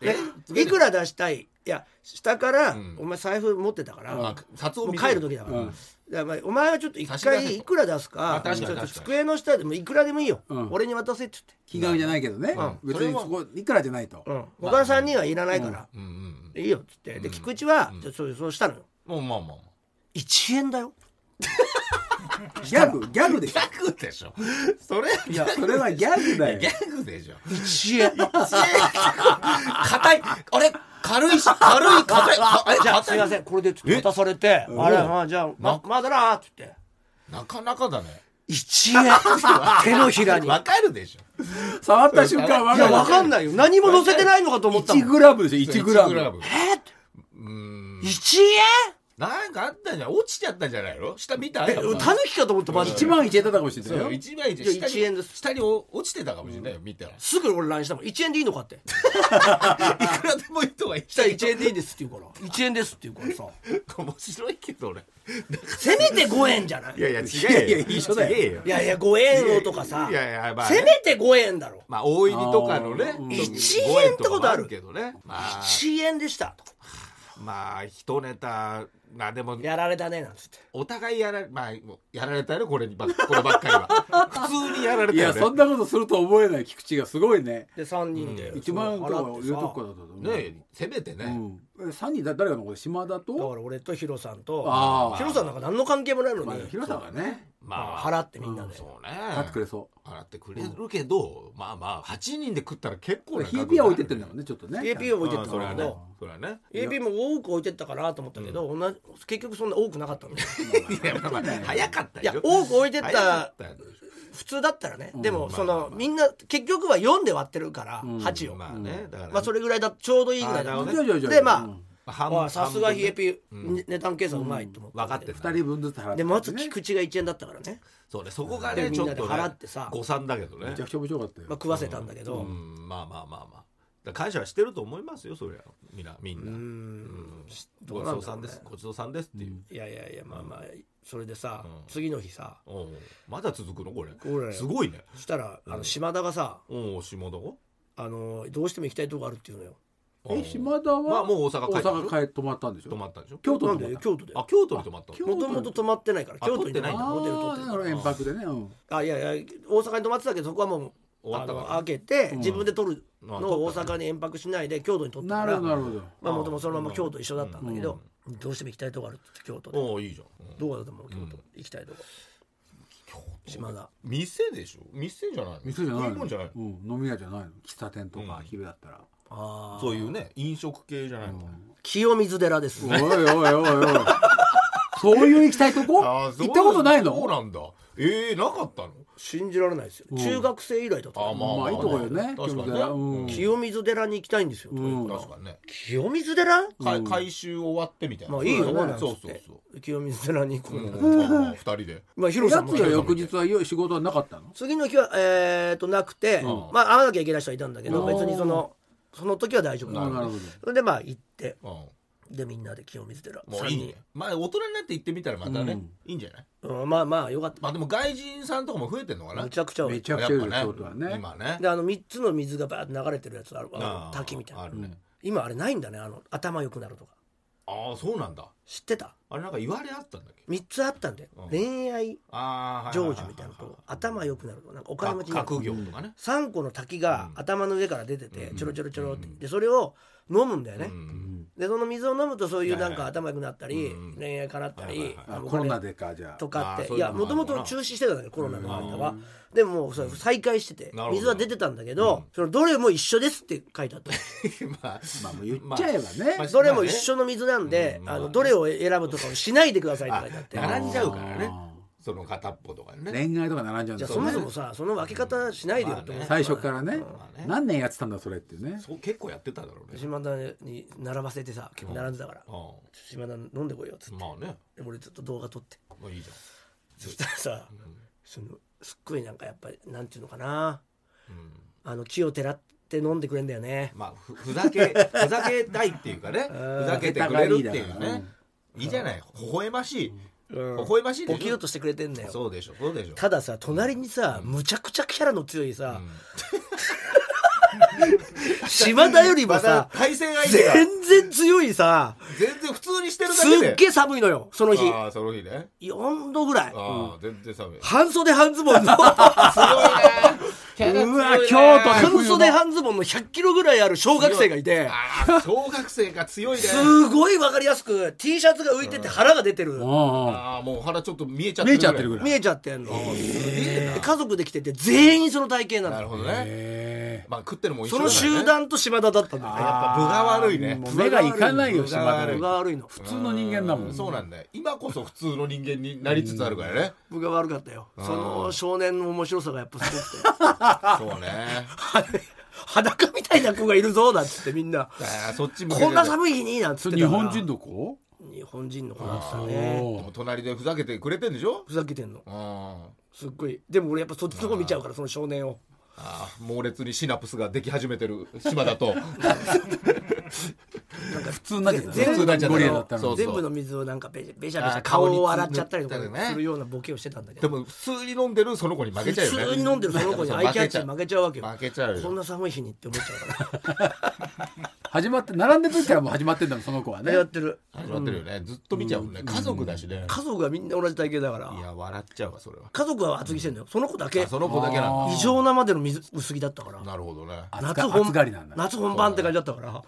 Speaker 1: ね
Speaker 2: つけて
Speaker 1: いくら出したいいや下から、
Speaker 2: うん
Speaker 1: お前財布持ってたから、
Speaker 2: あ札を
Speaker 1: もう
Speaker 2: 見
Speaker 1: 帰
Speaker 2: せ
Speaker 1: る時だから,、
Speaker 3: うん
Speaker 1: まあ、お前はちょっと一
Speaker 2: 差し出せ
Speaker 1: 回
Speaker 2: と
Speaker 1: いくら出す
Speaker 2: まあ
Speaker 1: か
Speaker 2: 確
Speaker 1: ちょ
Speaker 2: かに
Speaker 1: っと
Speaker 2: 確かに
Speaker 1: 机の下でもいくらでもいいよ、
Speaker 3: うん
Speaker 1: 俺に渡せって
Speaker 3: 気がじゃないけどね、
Speaker 2: うん
Speaker 3: 別にそこいくらじゃないと、
Speaker 1: 言って、うん、他の3人はいらないから、
Speaker 2: うんうん
Speaker 1: いいよっつってで
Speaker 2: うん
Speaker 1: 菊池は、
Speaker 2: うん
Speaker 1: じゃあそうそうしたのよ
Speaker 2: うんもうまあまあまあ
Speaker 1: 1円だよ
Speaker 3: ギャグギャグでしょ
Speaker 2: ギャグでしょそれいや
Speaker 3: それはギャグだよ
Speaker 2: ギャグでしょ
Speaker 1: 1円 [LAUGHS]
Speaker 2: 硬いあれ軽いし軽い硬いかえ
Speaker 1: じゃあすいませんこれでっつって
Speaker 2: え
Speaker 1: 渡されて
Speaker 2: ん
Speaker 1: あれあじゃあま
Speaker 2: な
Speaker 1: まだなっつって
Speaker 2: なかなかだね
Speaker 1: 1円 [LAUGHS] 手のひらにい
Speaker 2: わ
Speaker 1: や
Speaker 2: かるでしょ
Speaker 3: 触った瞬間わかる
Speaker 1: わかんないよ何も載せてないのかと思ったも
Speaker 3: 1
Speaker 1: ん
Speaker 3: グラムでしょ1グラム
Speaker 1: えっ
Speaker 2: うーん
Speaker 1: 1円
Speaker 2: なんかあったんじゃん落ちちゃったんじゃないの下見た
Speaker 1: えタヌキかと思ったマジ
Speaker 3: 1
Speaker 1: で
Speaker 3: 万1円だったかもしれない
Speaker 2: そう
Speaker 3: よ
Speaker 2: 一枚じ
Speaker 1: いや
Speaker 2: ゃ
Speaker 1: 一円です
Speaker 2: 下にお落ちてたかもしれないよ見たらい
Speaker 1: すぐ俺 LINE したもん1円でいいのかって
Speaker 2: [LAUGHS] くらでもいいとは言っ
Speaker 1: した
Speaker 2: た
Speaker 1: ら
Speaker 2: 一
Speaker 1: 1円でいいですって言うから1円ですって言うからさ
Speaker 2: 面白いけど俺
Speaker 1: せめて5円じゃない
Speaker 2: いやいや違
Speaker 3: いやいや一緒だよ
Speaker 2: 違えよ
Speaker 1: いやいや5円をとかさ
Speaker 2: いやいやまあね
Speaker 1: せめて5円だろ
Speaker 2: まあ大入りとかのね
Speaker 3: あー
Speaker 1: 一
Speaker 2: ご縁
Speaker 1: 円ってことある
Speaker 2: けどねまあ
Speaker 1: 1円でしたと
Speaker 2: まあ一ネタまあでも
Speaker 1: やられたねなんつって
Speaker 2: お互いやらまあもうやられたよねこれにばっこればっかりは普通にやられ
Speaker 3: い
Speaker 2: たよ
Speaker 3: や
Speaker 2: ね
Speaker 3: そんなことすると思えない菊池がすごいね
Speaker 1: で3人で
Speaker 3: 1万円とか
Speaker 1: 払って
Speaker 3: 言うとこだ
Speaker 1: さ
Speaker 3: ったと思う
Speaker 2: ねせめてね、
Speaker 3: うん、3人だ誰が残る島田
Speaker 1: だ
Speaker 3: と
Speaker 1: から俺とヒロさんと
Speaker 3: あー
Speaker 1: ヒロさんなんか何の関係もないの
Speaker 3: まあ
Speaker 1: に
Speaker 3: 広さがね
Speaker 1: ま
Speaker 2: ま
Speaker 1: あ
Speaker 2: あ
Speaker 1: 払ってみんなで
Speaker 2: そうね
Speaker 3: 買ってくれそ
Speaker 2: 払ってくれるけど、まあまあ8人で食ったら結構
Speaker 3: う
Speaker 2: な額だ
Speaker 3: PB は置いてってんだもんねちょっとね
Speaker 1: AP を置いてっ
Speaker 2: うん
Speaker 1: た
Speaker 2: そ
Speaker 1: ん
Speaker 2: れ
Speaker 1: だ
Speaker 2: は
Speaker 1: け
Speaker 2: ね
Speaker 1: ど
Speaker 2: それはね
Speaker 1: AP も多く置いてったかなと思ったけど同じ結局そんな多くなかったのい
Speaker 2: いやまあまあ早かった
Speaker 1: や
Speaker 2: よ
Speaker 1: 多く置いてっ
Speaker 2: 早か
Speaker 1: た
Speaker 2: ったよ
Speaker 1: 普通だったらねでも
Speaker 2: まあ
Speaker 1: そ
Speaker 2: まあ
Speaker 1: の
Speaker 2: まあ
Speaker 1: みんな結局は4で割ってるから8を
Speaker 2: まあねだから、
Speaker 1: まあそれぐらいだちょうどいいぐらいだ
Speaker 2: あ
Speaker 1: っ
Speaker 2: ーなるほど
Speaker 1: た
Speaker 2: ね
Speaker 3: じゃあじゃあじゃ
Speaker 1: でまあ
Speaker 2: 半
Speaker 1: ああさすがヒエ
Speaker 2: 半分ね
Speaker 1: ピ値段計算うまいと思って
Speaker 2: 分かってる
Speaker 3: 2人分ずつ払って、ね、
Speaker 1: でまず菊池が1円だったからね
Speaker 2: そうねそこが
Speaker 1: で
Speaker 2: ね
Speaker 1: み
Speaker 2: ち
Speaker 1: ん
Speaker 2: ょ
Speaker 1: な
Speaker 2: っ
Speaker 1: で
Speaker 2: とね
Speaker 1: 払ってさ
Speaker 2: 誤算だけど
Speaker 3: め
Speaker 2: ね
Speaker 3: ちゃくちゃ面白かったよ、
Speaker 1: まあ食わせたんだけ
Speaker 2: う
Speaker 1: ど
Speaker 2: んまあまあまあまあだから感謝はしてると思いますよそりゃみんなみんな
Speaker 1: う
Speaker 2: うん
Speaker 1: んど
Speaker 2: ご
Speaker 1: う
Speaker 2: ち
Speaker 1: なんだろうね
Speaker 2: そうさんですごちそうさんですっていう、
Speaker 1: いやいやいやまあまあそれでさ
Speaker 2: うん
Speaker 1: 次の日さ
Speaker 2: おうまだ続くのこれ
Speaker 1: これ
Speaker 2: すごいね
Speaker 1: そしたらあの島田がさ
Speaker 2: おお下田を
Speaker 1: あのどうしても行きたいとこあるっていうのよ
Speaker 2: お
Speaker 3: え
Speaker 2: う
Speaker 3: 島田は、
Speaker 2: まあもう大阪帰った
Speaker 3: 大阪帰って泊まったんでしょ
Speaker 2: 泊まったんでしょ
Speaker 3: 京都
Speaker 1: な
Speaker 3: の
Speaker 1: ん
Speaker 3: 泊ま
Speaker 1: で
Speaker 3: った
Speaker 1: 京都で
Speaker 2: あ京都に泊まったの
Speaker 3: 京都
Speaker 1: もともと泊まってないから
Speaker 2: あ
Speaker 1: 京都に泊まって
Speaker 2: 都
Speaker 1: ホテル取ってる
Speaker 3: あーだ
Speaker 1: か
Speaker 3: からら遠泊でね、うん、
Speaker 1: あいやいや大阪に泊まってたけどそこはもう
Speaker 2: 終わった
Speaker 1: あ
Speaker 2: か
Speaker 1: の
Speaker 2: ら
Speaker 1: 開けて、自分で取る
Speaker 2: あ
Speaker 1: のを
Speaker 2: 取
Speaker 1: 大
Speaker 2: ったね
Speaker 1: 阪に延泊しないで京都に取った
Speaker 3: な
Speaker 1: か
Speaker 3: る
Speaker 1: ら
Speaker 3: ほどなるほど
Speaker 1: まあもともとそのまま京都一緒だったんだけど、どうしても行きたいとこあるって言って京都で
Speaker 2: おおいいじゃんうん
Speaker 1: どこだと思う京都、行きたいとこ島田
Speaker 2: 店でしょ店じゃないの
Speaker 3: 店じゃない
Speaker 2: そういうもんじゃない
Speaker 3: うん、飲み屋じゃないの喫茶店とか
Speaker 2: うん
Speaker 3: 昼だったら、
Speaker 1: あ
Speaker 2: そういうね飲食系じゃないの
Speaker 1: 清水寺です
Speaker 3: おいおいおいおいそういう行きたいとこ
Speaker 2: あーそう
Speaker 3: 行ったことない
Speaker 2: そう
Speaker 3: の
Speaker 2: なんだええなかったの
Speaker 1: 信じられないですよ、中学生以来だった
Speaker 2: あまあ
Speaker 3: まあいいとこよね
Speaker 2: 確かに
Speaker 3: 清水
Speaker 2: ね
Speaker 3: 寺うん
Speaker 1: 清水寺に行きたいんですよ、
Speaker 3: うん
Speaker 2: 確かにね
Speaker 1: 清水寺
Speaker 2: か回収終わってみたいな
Speaker 1: まあいいよ、
Speaker 2: そう
Speaker 1: な
Speaker 2: だ
Speaker 1: ん
Speaker 2: ね
Speaker 1: つって
Speaker 2: そうそうそ
Speaker 1: 清水寺に行こ
Speaker 2: う
Speaker 1: う、
Speaker 2: うんまあまあ二人で
Speaker 1: まあヒロさ
Speaker 3: や
Speaker 1: ん
Speaker 3: つ
Speaker 1: も
Speaker 3: は翌日はいよ仕事はなかったの
Speaker 1: 次の日はえー、となくて、
Speaker 2: ん
Speaker 1: まあ会わなきゃいけない人はいたんだけど
Speaker 3: うん
Speaker 1: 別にそのその時は大丈夫だ
Speaker 3: あなるほ
Speaker 1: それでまあ行って
Speaker 2: うん
Speaker 1: でみんなで清水寺
Speaker 2: もういいねまあ大人になって行ってみたらまたね
Speaker 3: うん
Speaker 2: いいんじゃない
Speaker 1: 三人うんまあまあよかった
Speaker 2: まあでも外人さんとかも増えてんのかな
Speaker 1: むちゃくちゃ
Speaker 3: ど
Speaker 1: 多い
Speaker 3: めちゃくちゃいる京都はね
Speaker 2: 今ね
Speaker 1: であの3つの水がバーって流れてるやつあるあ
Speaker 2: あ
Speaker 1: の滝みたい
Speaker 2: あ
Speaker 1: な
Speaker 2: るね
Speaker 1: 今あれないんだねあの頭良くなるとか
Speaker 2: ああそうなんだ
Speaker 1: 知ってた
Speaker 2: あれなんか言われあったんだっけ
Speaker 1: 3つあったんで
Speaker 2: うん
Speaker 1: 恋愛
Speaker 2: ああ
Speaker 1: 成就みたいなのと頭良くなるとかなんかお金持ちになる
Speaker 2: 学業とかね
Speaker 1: 3個の滝が
Speaker 2: うん
Speaker 1: 頭の上から出てて
Speaker 2: うん
Speaker 1: ちょろちょろちょろってでそれを飲むんだよね、
Speaker 2: うん
Speaker 1: でその水を飲むとそういうなん
Speaker 2: はい
Speaker 1: か
Speaker 2: はい
Speaker 1: 頭良くなったり、
Speaker 2: うん
Speaker 1: 恋愛叶ったり、
Speaker 2: はいはい
Speaker 1: あ
Speaker 3: あ
Speaker 1: の
Speaker 3: コロナでかじゃ
Speaker 1: と
Speaker 3: あ
Speaker 1: かっ
Speaker 2: あー
Speaker 1: て
Speaker 2: そ
Speaker 1: いう
Speaker 2: いう
Speaker 1: や
Speaker 2: のも
Speaker 1: もとも
Speaker 2: ある
Speaker 1: と
Speaker 2: のか
Speaker 1: 中
Speaker 2: な
Speaker 1: 止してたんだけどコロナの間は、
Speaker 3: うん
Speaker 1: でももうそれ再開してて
Speaker 2: なるほど
Speaker 1: 水は出てたんだけどそのどれも一緒ですって書いてあった
Speaker 2: [LAUGHS]
Speaker 1: [LAUGHS]
Speaker 2: まあ、
Speaker 3: まあもう言っちゃえばね、
Speaker 2: まあ
Speaker 1: どれも一緒の水なんで、
Speaker 2: うんまあ
Speaker 1: あ
Speaker 2: ね
Speaker 1: のどれを選ぶとかをしないでくださいって書いてあって
Speaker 2: あ並んじゃうからね
Speaker 3: あ
Speaker 2: その片っぽとかね
Speaker 3: 恋愛とか並んじゃうん
Speaker 1: じ
Speaker 3: で
Speaker 1: ゃあそ
Speaker 3: すよ
Speaker 1: も
Speaker 3: ね
Speaker 1: そもさその分け方しないでよって思う
Speaker 2: まあね
Speaker 3: 最初からね
Speaker 2: まあね
Speaker 3: 何年やってたんだそれっていうね
Speaker 2: そう結構やってただろうね
Speaker 1: 島田に並ばせてさ結構並んでたから
Speaker 2: う
Speaker 1: 島田飲んでこいよっつっ
Speaker 2: んまあね
Speaker 1: て俺ずっと動画撮って
Speaker 2: まあいいじ
Speaker 1: そしたらさそのすっごいなんかやっぱりなんていうのかな
Speaker 2: ゃん、うん、
Speaker 1: あの木をてらって飲んでくれんだよね
Speaker 2: まあふふざけふざけたいっていうかねふざけてくれるっていうねいいじゃない微笑ましい
Speaker 1: うん
Speaker 2: 微笑ましいでしょ
Speaker 1: 起きようとしてくれてんだよ
Speaker 2: そうでしょそうでしょ
Speaker 1: たださ隣にさむちゃくちゃキャラの強いさ、島田よりも
Speaker 2: また
Speaker 1: さ
Speaker 2: 対戦相手が
Speaker 1: 全然強いさ
Speaker 2: 全然普通にしてるだ
Speaker 1: す
Speaker 2: けです
Speaker 1: っげえ寒いのよその日
Speaker 2: ああその日ね
Speaker 1: 4度ぐらい
Speaker 2: ああ全然寒い
Speaker 1: 半袖半ズボ [LAUGHS] ンの
Speaker 2: 強いね
Speaker 3: うわ京都
Speaker 1: 半袖半ズボンの100キロぐらいある小学生がいて
Speaker 2: ああ小学生が強いね
Speaker 1: すごいわかりやすく T シャツが浮いてて腹が出てる
Speaker 3: あ
Speaker 2: ああもう腹ちょっと見えちゃっ
Speaker 3: あ
Speaker 2: て
Speaker 3: 見え
Speaker 2: る
Speaker 3: ちゃってるぐ
Speaker 2: らい
Speaker 3: らい
Speaker 1: 見えちゃってんので家族で来てて全員その体型な
Speaker 2: なる
Speaker 1: の
Speaker 2: ほどね
Speaker 3: へ
Speaker 2: まあ食ってるもん一緒
Speaker 1: そ
Speaker 2: だか
Speaker 1: の
Speaker 2: らね
Speaker 1: 集団と島田だったんだよね
Speaker 2: やっぱ分が悪い
Speaker 3: え
Speaker 2: ね
Speaker 3: もう目がいかないよ
Speaker 2: 分が
Speaker 3: 島田
Speaker 2: 悪い
Speaker 1: 分が悪いの
Speaker 3: 普通の人間だもん
Speaker 2: そうなんだよ今こそ普通の人間になりつつあるからね
Speaker 1: 分が悪かったよその少年の面白さがやっぱすごくて
Speaker 3: [LAUGHS]
Speaker 2: そうね
Speaker 1: 裸みたいな子がいるぞなんつってみん
Speaker 3: [LAUGHS]
Speaker 1: な
Speaker 2: ああそっち向けて
Speaker 1: こんな寒い日になんつ
Speaker 3: そ
Speaker 1: って
Speaker 3: れ
Speaker 1: た
Speaker 3: 日
Speaker 1: から
Speaker 3: 本人の子
Speaker 1: 日本人の子だったね
Speaker 3: おー
Speaker 2: 隣でふざけてくれてんでしょ
Speaker 1: ふざけてんの
Speaker 2: うんあ
Speaker 1: すっごいでも俺やっぱそっちの方見ちゃうからその少年を
Speaker 2: あ猛烈にシナプスができ始めてる島だ
Speaker 1: [LAUGHS]
Speaker 2: と
Speaker 3: 普通になっちゃった
Speaker 1: 全
Speaker 2: 普通になっちゃった
Speaker 3: ゴリラだった
Speaker 2: そ
Speaker 3: の
Speaker 2: う
Speaker 3: に
Speaker 1: 全部の水をなんかべべしゃべしゃ顔を洗っちゃったりと
Speaker 2: あ
Speaker 1: か
Speaker 2: ー顔に塗ったりね
Speaker 1: するようなボケをしてたんだけ
Speaker 2: で
Speaker 1: ど
Speaker 2: も普通に飲んでるその子に負
Speaker 1: 普
Speaker 2: けちゃうよね
Speaker 1: 通に飲んでるその子にアイキャッチ負けちゃうわけよ
Speaker 2: 負けちゃう
Speaker 1: こん
Speaker 2: よ
Speaker 1: な寒い日にって思っちゃう
Speaker 2: [LAUGHS]
Speaker 1: か
Speaker 3: 始まって並んでる時からもう始まってんだもんその子は
Speaker 1: ら
Speaker 3: ね
Speaker 1: やってる
Speaker 2: 始まってるよねずっと見ちゃうもんね家族だしね
Speaker 1: 家族がみんな同じ体型だから
Speaker 2: いや笑っちゃうわそれは
Speaker 1: 家族は厚着してんだよその子だけ
Speaker 2: あその子だけなん
Speaker 1: 異常なまでの水薄着だったから
Speaker 2: だなるほどね
Speaker 3: 暑
Speaker 1: 夏
Speaker 3: が
Speaker 1: 本
Speaker 3: 暑がりなんだ
Speaker 1: 夏本番って感じだったから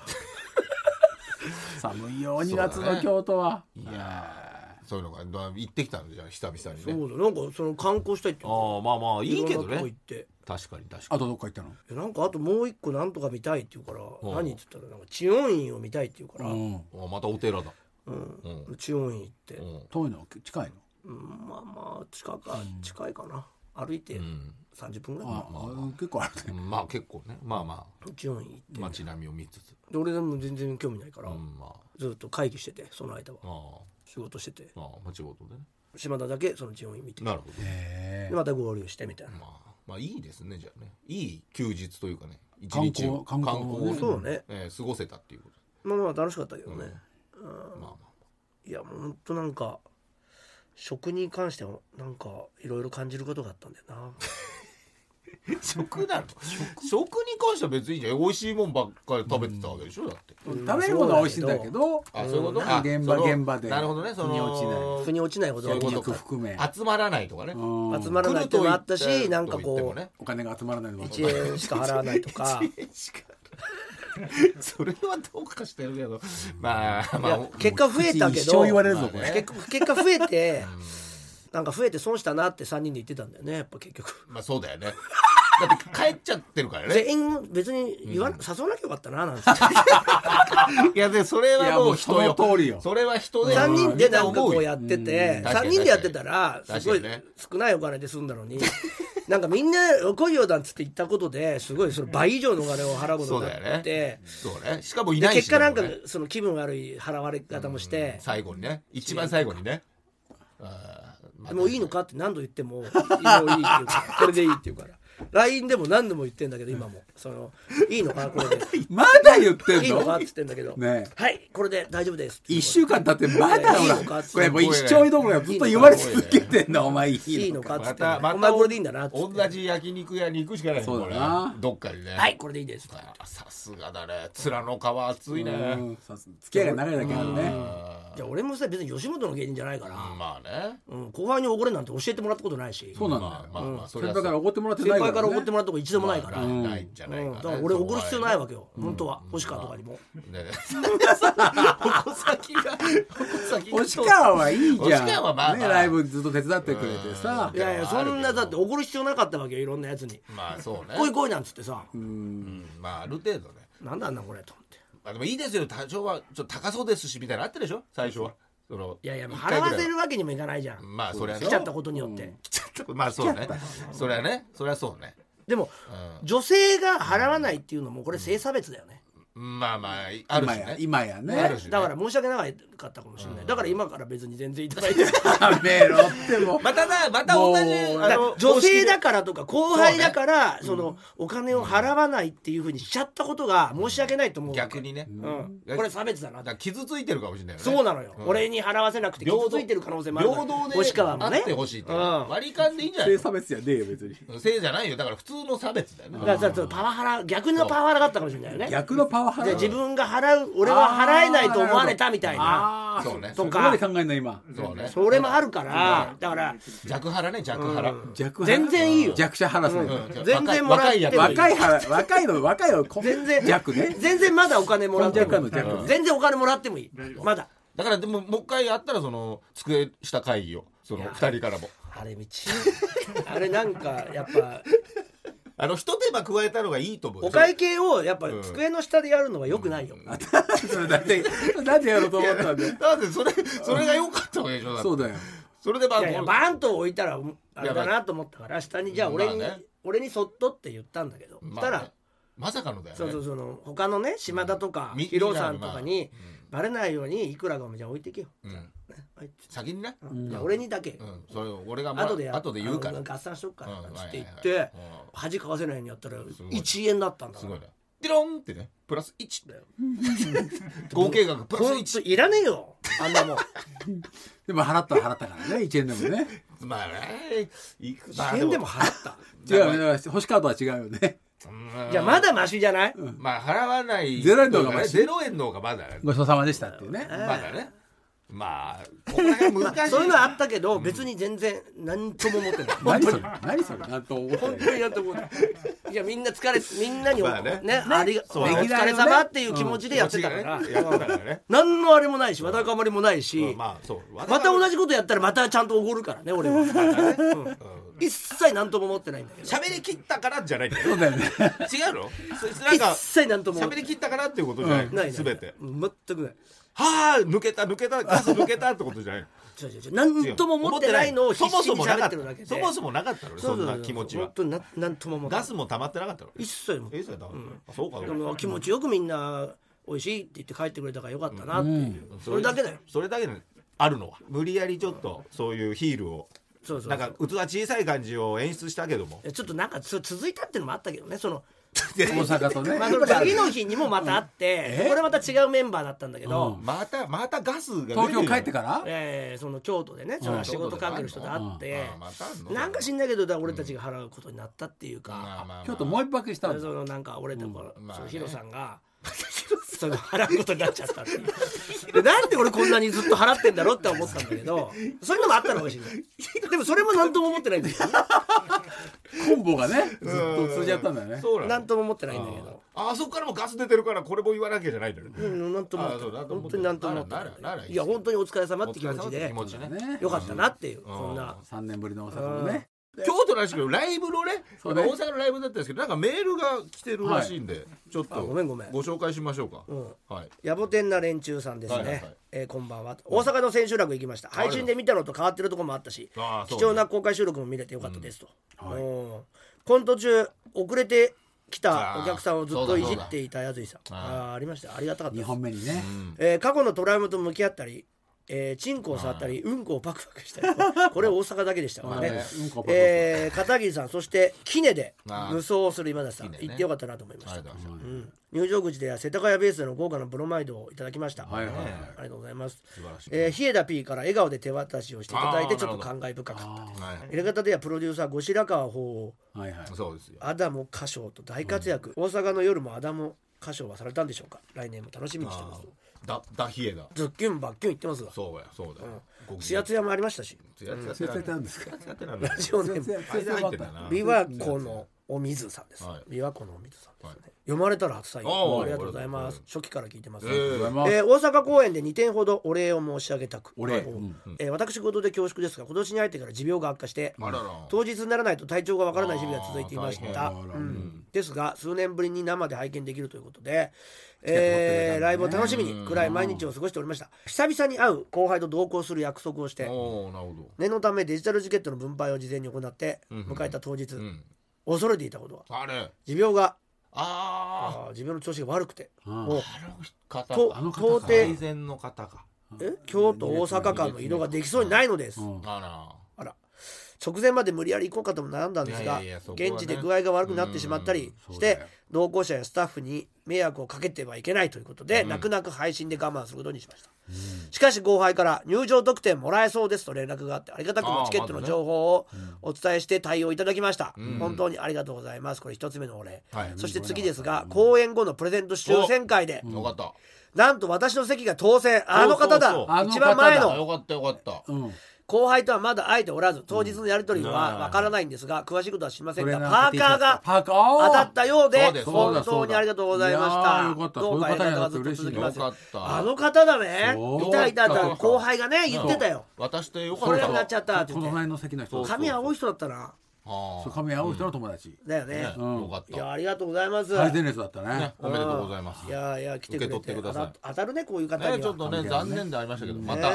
Speaker 3: 寒いよ2月の京都は、
Speaker 2: いやーそういうのがだ行ってきたんじゃん久々に
Speaker 1: そう
Speaker 2: ね
Speaker 1: だなんかその観光したいって言って
Speaker 2: ああまあまあいいけど
Speaker 1: ろんなとこ行
Speaker 2: ね
Speaker 1: って
Speaker 2: 確かに確か
Speaker 3: あとどっか行ったの
Speaker 1: でなんかあともう一個なんとか見たいって言うから何って言ったらなんか知恩院を見たいって言うから
Speaker 3: うん
Speaker 2: にあまたお寺だ
Speaker 1: うん知恩院行って
Speaker 2: うん
Speaker 3: 遠いの近い
Speaker 1: う
Speaker 3: の
Speaker 1: んまあまあ近か近いかな歩いて
Speaker 2: ん
Speaker 1: 30分ぐらい
Speaker 3: あ、あ結構あるね
Speaker 2: まあ結構ねまあま
Speaker 1: 知恩院
Speaker 2: あ
Speaker 1: 行って
Speaker 2: 街並みを見つつ
Speaker 1: で俺でも全然興味ないから
Speaker 2: うんま
Speaker 1: ずっと会議しててその間は
Speaker 2: ああ
Speaker 1: 仕事してて
Speaker 2: あまあまあ仕事でね
Speaker 1: 島田だけその知恩院見て
Speaker 2: なるほど
Speaker 3: へ
Speaker 1: でまた合流してみたいな
Speaker 2: まあまあいいですねじゃあねいい休日というかね一
Speaker 3: 観
Speaker 2: 日
Speaker 3: 光
Speaker 2: を
Speaker 3: 観光をね
Speaker 1: そうね
Speaker 2: えー過ごせたっていうこ
Speaker 1: まあまあ楽しかったけどね
Speaker 2: とまあまあ
Speaker 1: いやもうほんとなんか食に関してはなんかいろいろ感じることがあったんだよ
Speaker 3: [LAUGHS]
Speaker 1: な
Speaker 2: 食なの食に関しては別にいいじゃん美味しいもんばっかり食べてたわけでしょだって
Speaker 3: え食べるものは美味しいんだけど
Speaker 2: あそういうこと
Speaker 3: あ
Speaker 2: あ
Speaker 3: 現場
Speaker 2: その
Speaker 3: 現場で
Speaker 2: なるほどねその
Speaker 3: 腑に落ちない
Speaker 1: 腑に落ちないほど
Speaker 2: そういうこと
Speaker 3: 肉含め
Speaker 2: 集まらないとかね
Speaker 3: うん
Speaker 1: 集まらないっていうのもあった
Speaker 2: 来ると言って
Speaker 1: しなんか
Speaker 2: と言っ
Speaker 1: こ
Speaker 2: ても
Speaker 1: う
Speaker 2: ね
Speaker 3: お金が集まらないのも
Speaker 1: 1円しか払わないと
Speaker 3: [LAUGHS]
Speaker 1: か
Speaker 2: それはどうかしてるけどまあ
Speaker 1: い
Speaker 2: まあ
Speaker 1: や結果増えたけ
Speaker 3: 一生言われ
Speaker 1: ど
Speaker 3: るぞこ
Speaker 2: まあ
Speaker 3: れ
Speaker 2: ね
Speaker 1: 結果結果増えてなんか増えて損したなって3人で言ってたんだよねやっぱ結局
Speaker 2: まあそうだよねだって帰っちゃってるからね
Speaker 1: 全員別に言わな誘わなきゃよかったな
Speaker 2: [LAUGHS]
Speaker 1: なんて
Speaker 2: いやでそれ
Speaker 3: い
Speaker 2: は
Speaker 3: や
Speaker 2: も
Speaker 3: も
Speaker 2: う
Speaker 3: う
Speaker 2: 人よ
Speaker 3: その通りよ
Speaker 2: それは人で
Speaker 1: 3人でなんかこ
Speaker 2: み
Speaker 1: うんや
Speaker 2: 思
Speaker 1: ってて
Speaker 2: うん
Speaker 1: 3人でやってたら
Speaker 2: 確かに
Speaker 1: すごい
Speaker 2: 確かにね
Speaker 1: 少ないお金で済んだのに [LAUGHS] なんかみんな来いよなんつって言ったことですごいその倍以上のお金を払うことにな
Speaker 2: そうだ
Speaker 1: っ
Speaker 2: よね
Speaker 1: て
Speaker 2: そうねしかもい
Speaker 1: で
Speaker 2: ないし
Speaker 1: 結果なんか
Speaker 2: でもね
Speaker 1: その気分悪い払われ方もして
Speaker 2: 最後にね一番最後にねあーま
Speaker 1: 「
Speaker 2: あ
Speaker 1: もういいのか?」って何度言っても「もういい」って言うから「これでいい」って言うから LINE でも何度も言ってんだけど今も「そのいいのかこれで」
Speaker 3: まだ言って
Speaker 1: い
Speaker 3: ん
Speaker 1: いのか
Speaker 3: の
Speaker 1: って言ってんだけど「
Speaker 3: ねえ
Speaker 1: はいこれで大丈夫です」
Speaker 3: 一週間経ってまだ
Speaker 1: いい
Speaker 3: ほ
Speaker 1: のか
Speaker 3: らこれもう一生どころかずっと言われ続けてんのお前い
Speaker 1: いい
Speaker 3: い
Speaker 1: の
Speaker 3: の
Speaker 1: か」っつ
Speaker 2: ま
Speaker 1: って
Speaker 2: たまた
Speaker 1: お前これでいいんだな」っつっ
Speaker 2: 同
Speaker 1: て
Speaker 2: じ焼肉屋に行くしかないね
Speaker 3: そうだ
Speaker 2: これ
Speaker 3: な
Speaker 2: どっかにね
Speaker 1: 「はいこれでいいです」
Speaker 2: あさすがだね面の皮厚いね
Speaker 3: うんさす付き合いが長いだけあるね
Speaker 1: いや俺もさ別に吉本の芸人じゃないから、
Speaker 2: まあね
Speaker 1: うん、後輩におごれなんて教えてもらったことないし
Speaker 3: そうなんだ
Speaker 2: まあまあまあそ
Speaker 3: 先
Speaker 2: れは
Speaker 3: 輩からおごってもらって
Speaker 1: 先
Speaker 3: ないか
Speaker 1: 輩
Speaker 3: ら
Speaker 1: からおごって
Speaker 3: も
Speaker 1: もらったこと一度もないから、
Speaker 2: まあ
Speaker 1: うん
Speaker 2: ないんじゃないか
Speaker 1: だ
Speaker 2: な
Speaker 1: から俺おごる必要ない
Speaker 2: わ
Speaker 1: わけよ、本当は星川とかにも、
Speaker 2: ね矛先が矛先が
Speaker 3: 星川はいいじゃん
Speaker 2: 星川はまあまあ
Speaker 3: ねライブずっと手伝ってくれてさ
Speaker 2: うん
Speaker 1: いやいやそん
Speaker 2: あ
Speaker 1: な
Speaker 2: るけど
Speaker 1: だっておごる必要なかったわけよいろんなやつに
Speaker 2: まあそ
Speaker 1: 「
Speaker 2: う
Speaker 1: 来い
Speaker 2: ね
Speaker 1: 来い」なんつってさ「
Speaker 2: うんまあある程度ね
Speaker 1: なんだあんなこれ」と思って
Speaker 2: まあでもいいですよ多少はちょっと高そうですしみたいなのあったでしょ最初はその
Speaker 1: いやいやもう
Speaker 2: 一
Speaker 1: 払
Speaker 2: 回ぐらい
Speaker 1: わ
Speaker 2: は
Speaker 1: せるわけにもいかないじゃん
Speaker 2: まあそれはね
Speaker 1: 来ちゃったことによって、
Speaker 2: ちょっとまあそうねそれはねそれはそうね
Speaker 1: でも
Speaker 2: う
Speaker 1: 女性が払わないっていうのもこれ性差別だよね、
Speaker 2: んまあまああるし
Speaker 3: 今や
Speaker 2: ね
Speaker 3: 今や
Speaker 1: ね
Speaker 2: あ
Speaker 3: ね
Speaker 2: るしね
Speaker 1: だから申し訳なかったかもしれない、だから今から別に全然いただいて
Speaker 3: やめろってもう
Speaker 2: またなまた同じ
Speaker 3: もう
Speaker 2: あ
Speaker 1: だ
Speaker 2: の
Speaker 1: 女性
Speaker 2: 公
Speaker 1: だ
Speaker 2: 式
Speaker 1: からとか後輩だからそ,、のお金を払わないっていうふうにしちゃったことが申し訳ないと思う
Speaker 2: で
Speaker 1: わけ
Speaker 2: 逆、にね
Speaker 1: う
Speaker 2: だか
Speaker 1: ん、これ差別だなって
Speaker 2: ら傷ついてるかもしれないよね
Speaker 1: そうなのよ、
Speaker 2: うん
Speaker 1: 俺に払わせなくて傷ついてる可能性もある
Speaker 2: 平等で
Speaker 1: 星川も
Speaker 2: あっ
Speaker 1: ね
Speaker 2: てほしいって
Speaker 1: うん
Speaker 2: 割り勘でいいんじゃない
Speaker 3: 性差別やねえよ [LAUGHS] 別に
Speaker 2: 性じゃないよだから普通の差別だよね
Speaker 1: だからさパワハラ逆のパワハラだったかもしれないよね
Speaker 3: 逆のパワハラ
Speaker 1: で自分が払う俺は払えないと思われたみたいな
Speaker 3: あー
Speaker 2: そうね
Speaker 3: そこまで考えんの今
Speaker 2: そうね
Speaker 1: それもあるからだから
Speaker 2: 弱腹ね弱腹
Speaker 3: 弱ハラ
Speaker 1: 全然いいよ
Speaker 3: 弱者ハラスメント
Speaker 2: うん
Speaker 1: 全然もらってる
Speaker 2: 若いや
Speaker 3: 若い腹若いの若いのこ
Speaker 1: 全然
Speaker 3: 弱ね [LAUGHS]
Speaker 1: 全然まだお金もらってもいい
Speaker 3: こんちゃかの
Speaker 1: 全然お金もらってもいいまだ
Speaker 2: だからでももう一回やったらその机下会議をその二人からも
Speaker 1: あれ道 [LAUGHS] あれなんかやっぱ
Speaker 2: あの一手間加えたのがいいと思う
Speaker 1: お会計をやっぱ机の下でやるのはよくないよ
Speaker 3: それだってなんでやろうと思ったんだよ
Speaker 2: だ [LAUGHS] ってそれそれが良かったわけでしょだって
Speaker 3: そうだよ
Speaker 2: それでまあ
Speaker 1: いやいや
Speaker 2: こう
Speaker 1: バーンと置いたらあれだなと思ったから下にじゃあ俺に
Speaker 2: まあね
Speaker 1: 俺にそっとって言ったんだけどそし
Speaker 2: まあ
Speaker 1: た
Speaker 2: ね
Speaker 1: ら
Speaker 2: まさかのだよね
Speaker 1: そうそうその他のね島田とか
Speaker 2: み
Speaker 1: ヒロさんとかに
Speaker 2: みんなの
Speaker 1: バレないようにいくらかもじゃあ置いてけよ
Speaker 2: うんうん
Speaker 1: はい
Speaker 2: 先にね
Speaker 1: いや俺にだけ
Speaker 2: うんそれを俺がまあ
Speaker 1: 後でや
Speaker 2: 後で言うか
Speaker 1: あ
Speaker 2: ら
Speaker 1: の合算しとくから
Speaker 2: うん
Speaker 1: つって言っ
Speaker 2: はいは
Speaker 1: て
Speaker 2: いはいうん
Speaker 1: 恥かかせないようにやったら
Speaker 2: ごい
Speaker 1: 1円だったんだ
Speaker 2: す
Speaker 1: か
Speaker 2: ごい
Speaker 1: ら
Speaker 2: ねピロンってねプラス1だよ合計額プラス
Speaker 1: 本当
Speaker 2: 1
Speaker 1: いらねえよあんな
Speaker 2: [LAUGHS]
Speaker 1: もん
Speaker 3: でも払ったら払ったからね1円でもね
Speaker 2: まあねいくまあ
Speaker 1: 1円でも払った
Speaker 3: 違うよねだから星川とは違うよね
Speaker 2: うん
Speaker 1: じゃあまだマシじゃない
Speaker 2: まあ払わない
Speaker 3: ゼロ円の方が
Speaker 2: ま
Speaker 3: マ
Speaker 2: だ
Speaker 3: シ
Speaker 2: ゼロ円の方がまだね
Speaker 3: ごちそうさまでしたっていうね
Speaker 2: まだねまあここら辺難しい
Speaker 1: [LAUGHS] そういうのあったけど別に全然何とも思
Speaker 2: [LAUGHS]
Speaker 1: ってない
Speaker 3: [LAUGHS] 何それ何それなんと思って
Speaker 1: 本当にやっても
Speaker 2: [LAUGHS]
Speaker 1: いやみんな疲れみんなにお
Speaker 2: まあね
Speaker 1: ねありがお
Speaker 2: う
Speaker 1: 疲れ様っていう気持ちでやってたから
Speaker 2: こっちがねやってたからね
Speaker 1: 何のあれもないしわだかまりもないし
Speaker 2: まあまあそうま
Speaker 1: また同じことやったらまたちゃんとおごるからね俺はうん一切何とも思ってないんだけど
Speaker 2: 喋り切ったからじゃないんだよ
Speaker 3: そうだよね
Speaker 2: 違うのそなんか
Speaker 1: 一切何とも思っ
Speaker 2: 喋
Speaker 1: てな
Speaker 2: り
Speaker 1: い
Speaker 2: 切ったからっていうことじゃない
Speaker 1: ないない
Speaker 2: 全て
Speaker 1: うん全くない
Speaker 2: はあ抜けた抜けたガス抜けたってことじゃない
Speaker 1: 違う違う違う何とも思ってないのを必
Speaker 2: そも
Speaker 1: 死
Speaker 2: そ
Speaker 1: に
Speaker 2: もな
Speaker 1: 喋
Speaker 2: かっ
Speaker 1: って
Speaker 2: た
Speaker 1: るだけで
Speaker 2: そもそもなかったのね
Speaker 1: う
Speaker 2: そ
Speaker 1: うんう
Speaker 2: な気持ちは
Speaker 1: 本当にな何とも思ってな
Speaker 2: ガ
Speaker 1: い
Speaker 2: スも溜まってなかったの
Speaker 1: 一切も
Speaker 2: えそれだそうか
Speaker 1: でも気持ちよくみんな美味しいって言って帰ってくれたからよかったなっていうそれだけだよ
Speaker 2: それだけだよあるのは無理やりちょっとそういうヒールを
Speaker 1: そうそうそ
Speaker 2: な
Speaker 1: うん
Speaker 2: か器小さい感じを演出したけども
Speaker 1: いやちょっとなんかつ続いたっていうのもあったけどねその
Speaker 3: 大阪と
Speaker 1: [LAUGHS]
Speaker 3: ね
Speaker 1: まあその次の日にもまたあって、これまた違うメンバーだったんだけど、
Speaker 2: またまたガスが出てる
Speaker 3: 東京帰ってから
Speaker 1: えーその京都でねその仕事関係の人と会って
Speaker 2: あ、またあんの
Speaker 1: なんか知んないけどだから俺たちが払うことになったっていう
Speaker 2: まあ
Speaker 1: か、
Speaker 2: まあまあ
Speaker 3: 京都もう一泊したん
Speaker 1: そ
Speaker 3: だ
Speaker 1: のなんか俺とこ、
Speaker 2: まあ
Speaker 1: その
Speaker 2: ね
Speaker 1: ヒロさんが。その払うことになっちゃったっていうでなんで俺こんなにずっと払ってんだろうって思ったんだけどそういうのもあったのかもしれないでもそれも何とも思ってないんだよ
Speaker 3: コンボがねずっと通じ合ったんだよね
Speaker 2: そうな
Speaker 1: 何
Speaker 2: の
Speaker 1: とも思ってないんだけど
Speaker 2: ああそこからもガス出てるからこれも言わなきゃじゃないんだよね
Speaker 1: うんなんとも思ってな
Speaker 2: あ
Speaker 1: い
Speaker 2: そうなんとも
Speaker 1: 本
Speaker 2: 思
Speaker 1: 当
Speaker 2: って
Speaker 1: に
Speaker 2: ない
Speaker 1: 何とも思って
Speaker 2: ならな
Speaker 1: な
Speaker 2: ら
Speaker 1: いいや本当にお疲れ様って気持ち
Speaker 2: お疲れ様って
Speaker 1: で
Speaker 2: 気持ちね
Speaker 3: ね
Speaker 1: よかったなっていうそんな
Speaker 3: 3年ぶりの大阪もね
Speaker 2: 京都らしいけどライブのね
Speaker 3: そうね
Speaker 2: 大阪のライブだったんですけどなんかメールが来てるらしいんで、ちょっ
Speaker 1: あ
Speaker 2: と
Speaker 1: ごめんごめん
Speaker 2: ご紹介しましょうか、
Speaker 1: うん
Speaker 2: はい
Speaker 1: 野暮天な連中さんですね、
Speaker 2: はいはいはい
Speaker 1: えーこんばんは大阪の千秋楽行きました配信で見たのと変わってるとこもあったし
Speaker 2: あーそ
Speaker 1: 貴
Speaker 2: うね
Speaker 1: 重な公開収録も見れてよかったですと、
Speaker 3: うんはい
Speaker 1: うんコント中遅れて来たお客さんをずっといじっていたやずいさん
Speaker 2: うだ
Speaker 1: あーありましたありがたかった
Speaker 3: 2
Speaker 1: です
Speaker 3: 本目にね
Speaker 1: えー過去のトラウマと向き合ったり、えー、チンコを触ったりうんこをパクパクしたりこれ大阪だけでしたからね、
Speaker 3: まあねうんこパクパク
Speaker 1: えー片桐さんそしてキネで
Speaker 2: あー
Speaker 1: 無双をする今田さん、
Speaker 2: キネね
Speaker 1: 行ってよかったなと思いま
Speaker 2: あ
Speaker 1: し
Speaker 2: り
Speaker 1: た
Speaker 2: がとうござい
Speaker 1: う
Speaker 2: ま
Speaker 1: ん入場口では世田谷ベースの豪華なブロマイドをいただきました、
Speaker 3: はいはいはい
Speaker 1: ありがとうございます
Speaker 2: 素晴らしい
Speaker 1: えー、日枝 P から笑顔で手渡しをしていただい
Speaker 2: あ
Speaker 1: て
Speaker 2: ー
Speaker 1: ちょっと
Speaker 2: なる
Speaker 1: 感
Speaker 2: ほ
Speaker 1: 慨深かったです
Speaker 2: すはい
Speaker 1: 入れ方ではプロデューサー後白河法
Speaker 3: はいはい
Speaker 2: そうですよ
Speaker 1: 皇アダモ歌唱と大活躍、大阪の夜もアダモ歌唱はされたんでしょうか来年も楽しみにしてます
Speaker 2: だだ冷えだ
Speaker 1: ズッキュンバッキュン言ってますわ
Speaker 2: そうやそうだよ、ご機
Speaker 1: ツ
Speaker 2: 嫌
Speaker 1: ヤツヤもありましたし
Speaker 2: つやつや
Speaker 3: それやってたんですか
Speaker 2: つやつやってなんだ
Speaker 1: ラジオネーム
Speaker 3: それやっ
Speaker 2: 間
Speaker 3: てたんです
Speaker 2: 入
Speaker 3: か
Speaker 2: ってんだな
Speaker 1: 琵琶湖のお水さんです、
Speaker 2: はい
Speaker 1: 琵琶湖のお水さんですね、読まれたら初採
Speaker 2: あ
Speaker 1: 用
Speaker 2: あ
Speaker 1: ありがとうございま
Speaker 2: あ
Speaker 1: す初期から聞いてます、
Speaker 2: ええ
Speaker 3: りがとうございます
Speaker 1: えー大阪公演で2点ほどお礼を申し上げたく
Speaker 3: お礼
Speaker 1: はい
Speaker 3: うん
Speaker 1: えー私事で恐縮ですが今年に入ってから持病が悪化して
Speaker 2: あらら
Speaker 1: 当日にならないと体調がわからない日々が続いていまし
Speaker 2: あ
Speaker 1: た、
Speaker 3: ー大変
Speaker 1: う
Speaker 3: うんん、
Speaker 1: ですが数年ぶりに生で拝見できるということで、
Speaker 3: てもらってる
Speaker 1: え
Speaker 3: だろう
Speaker 1: ー
Speaker 3: ね
Speaker 1: ライブを楽しみに暗い毎日を過ごしておりました久々に会う後輩と同行する約束をして
Speaker 2: おおなるほど
Speaker 1: 念のためデジタルチケットの分配を事前に行って迎えた当日、
Speaker 2: うん
Speaker 1: 恐れていたことは
Speaker 2: あれ
Speaker 1: 持病が
Speaker 2: あ
Speaker 1: あー自分の調子が悪くて、
Speaker 3: うん
Speaker 1: もう
Speaker 2: ああの方
Speaker 1: と
Speaker 2: か
Speaker 3: あの
Speaker 1: 到底
Speaker 3: 方か
Speaker 2: 改善の方か
Speaker 1: え京都大阪間の移動ができそうにないのです、
Speaker 3: うん
Speaker 2: あら
Speaker 1: あら直前まで無理やり行こうかとも悩んだんですが
Speaker 2: いやいやいやそこはね
Speaker 1: 現地で具合が悪くなってしまったり
Speaker 3: うん
Speaker 1: し
Speaker 3: そう
Speaker 1: て
Speaker 3: だよ
Speaker 1: 同行者やスタッフに迷惑をかけてはいけないということで、泣く泣く配信で我慢することにしました、しかし後輩から入場特典もらえそうですと連絡があってありがたくもチケットの情報をお伝えして対応いただきました、本当にありがとうございますこれ一つ目のお礼、
Speaker 2: はい
Speaker 1: そして次ですが公演後のプレゼント抽選会で、
Speaker 2: よかった
Speaker 1: なんと私の席が当選あの方だ
Speaker 2: そうそうそう
Speaker 3: あの方だ
Speaker 1: 一番前
Speaker 2: あ
Speaker 1: の
Speaker 2: よかったよかった
Speaker 3: うん
Speaker 1: 後輩とはまだ会えておらず当日のやり取りは
Speaker 2: うん
Speaker 1: わからないんですが詳しいことは知りません
Speaker 3: ト
Speaker 1: が
Speaker 3: レーナ
Speaker 1: パ
Speaker 3: ーの
Speaker 1: ーカーが
Speaker 3: T シャツパーカーあー
Speaker 1: 当たったよう
Speaker 2: そ
Speaker 1: で
Speaker 2: うです
Speaker 1: 本当にありがとうございまし
Speaker 3: いやー
Speaker 1: た
Speaker 3: よかった
Speaker 1: どうか
Speaker 3: そういう
Speaker 1: 間
Speaker 3: 方にな
Speaker 1: が
Speaker 3: ると
Speaker 1: ずっと
Speaker 3: 嬉しい
Speaker 1: 続
Speaker 3: ね
Speaker 1: きます
Speaker 2: よかった
Speaker 1: あの方だね
Speaker 3: そう
Speaker 1: いたいたい
Speaker 2: よか
Speaker 1: た
Speaker 2: った
Speaker 1: 後輩がね言ってたよ
Speaker 2: 渡してよか
Speaker 1: こ
Speaker 2: っ
Speaker 1: れ
Speaker 2: た
Speaker 1: になっちゃったって
Speaker 3: こ
Speaker 1: 言って
Speaker 3: の隣の席の人
Speaker 1: 髪青い人だったな
Speaker 2: あ
Speaker 3: そう髪青い人の友達
Speaker 1: だよ
Speaker 2: あね
Speaker 1: ね
Speaker 3: うん
Speaker 2: よかっ
Speaker 1: いや
Speaker 2: た
Speaker 1: ありがとうございます
Speaker 3: 最前列だったね
Speaker 2: ねおめでとうございます
Speaker 1: いやいや来てくれ
Speaker 2: 受け
Speaker 1: て
Speaker 2: 取ってください
Speaker 1: 当た当たるねこういう方
Speaker 2: ね
Speaker 1: に
Speaker 2: ちょっと
Speaker 1: は
Speaker 2: ね
Speaker 3: ね
Speaker 2: 残念ではありましたけどまた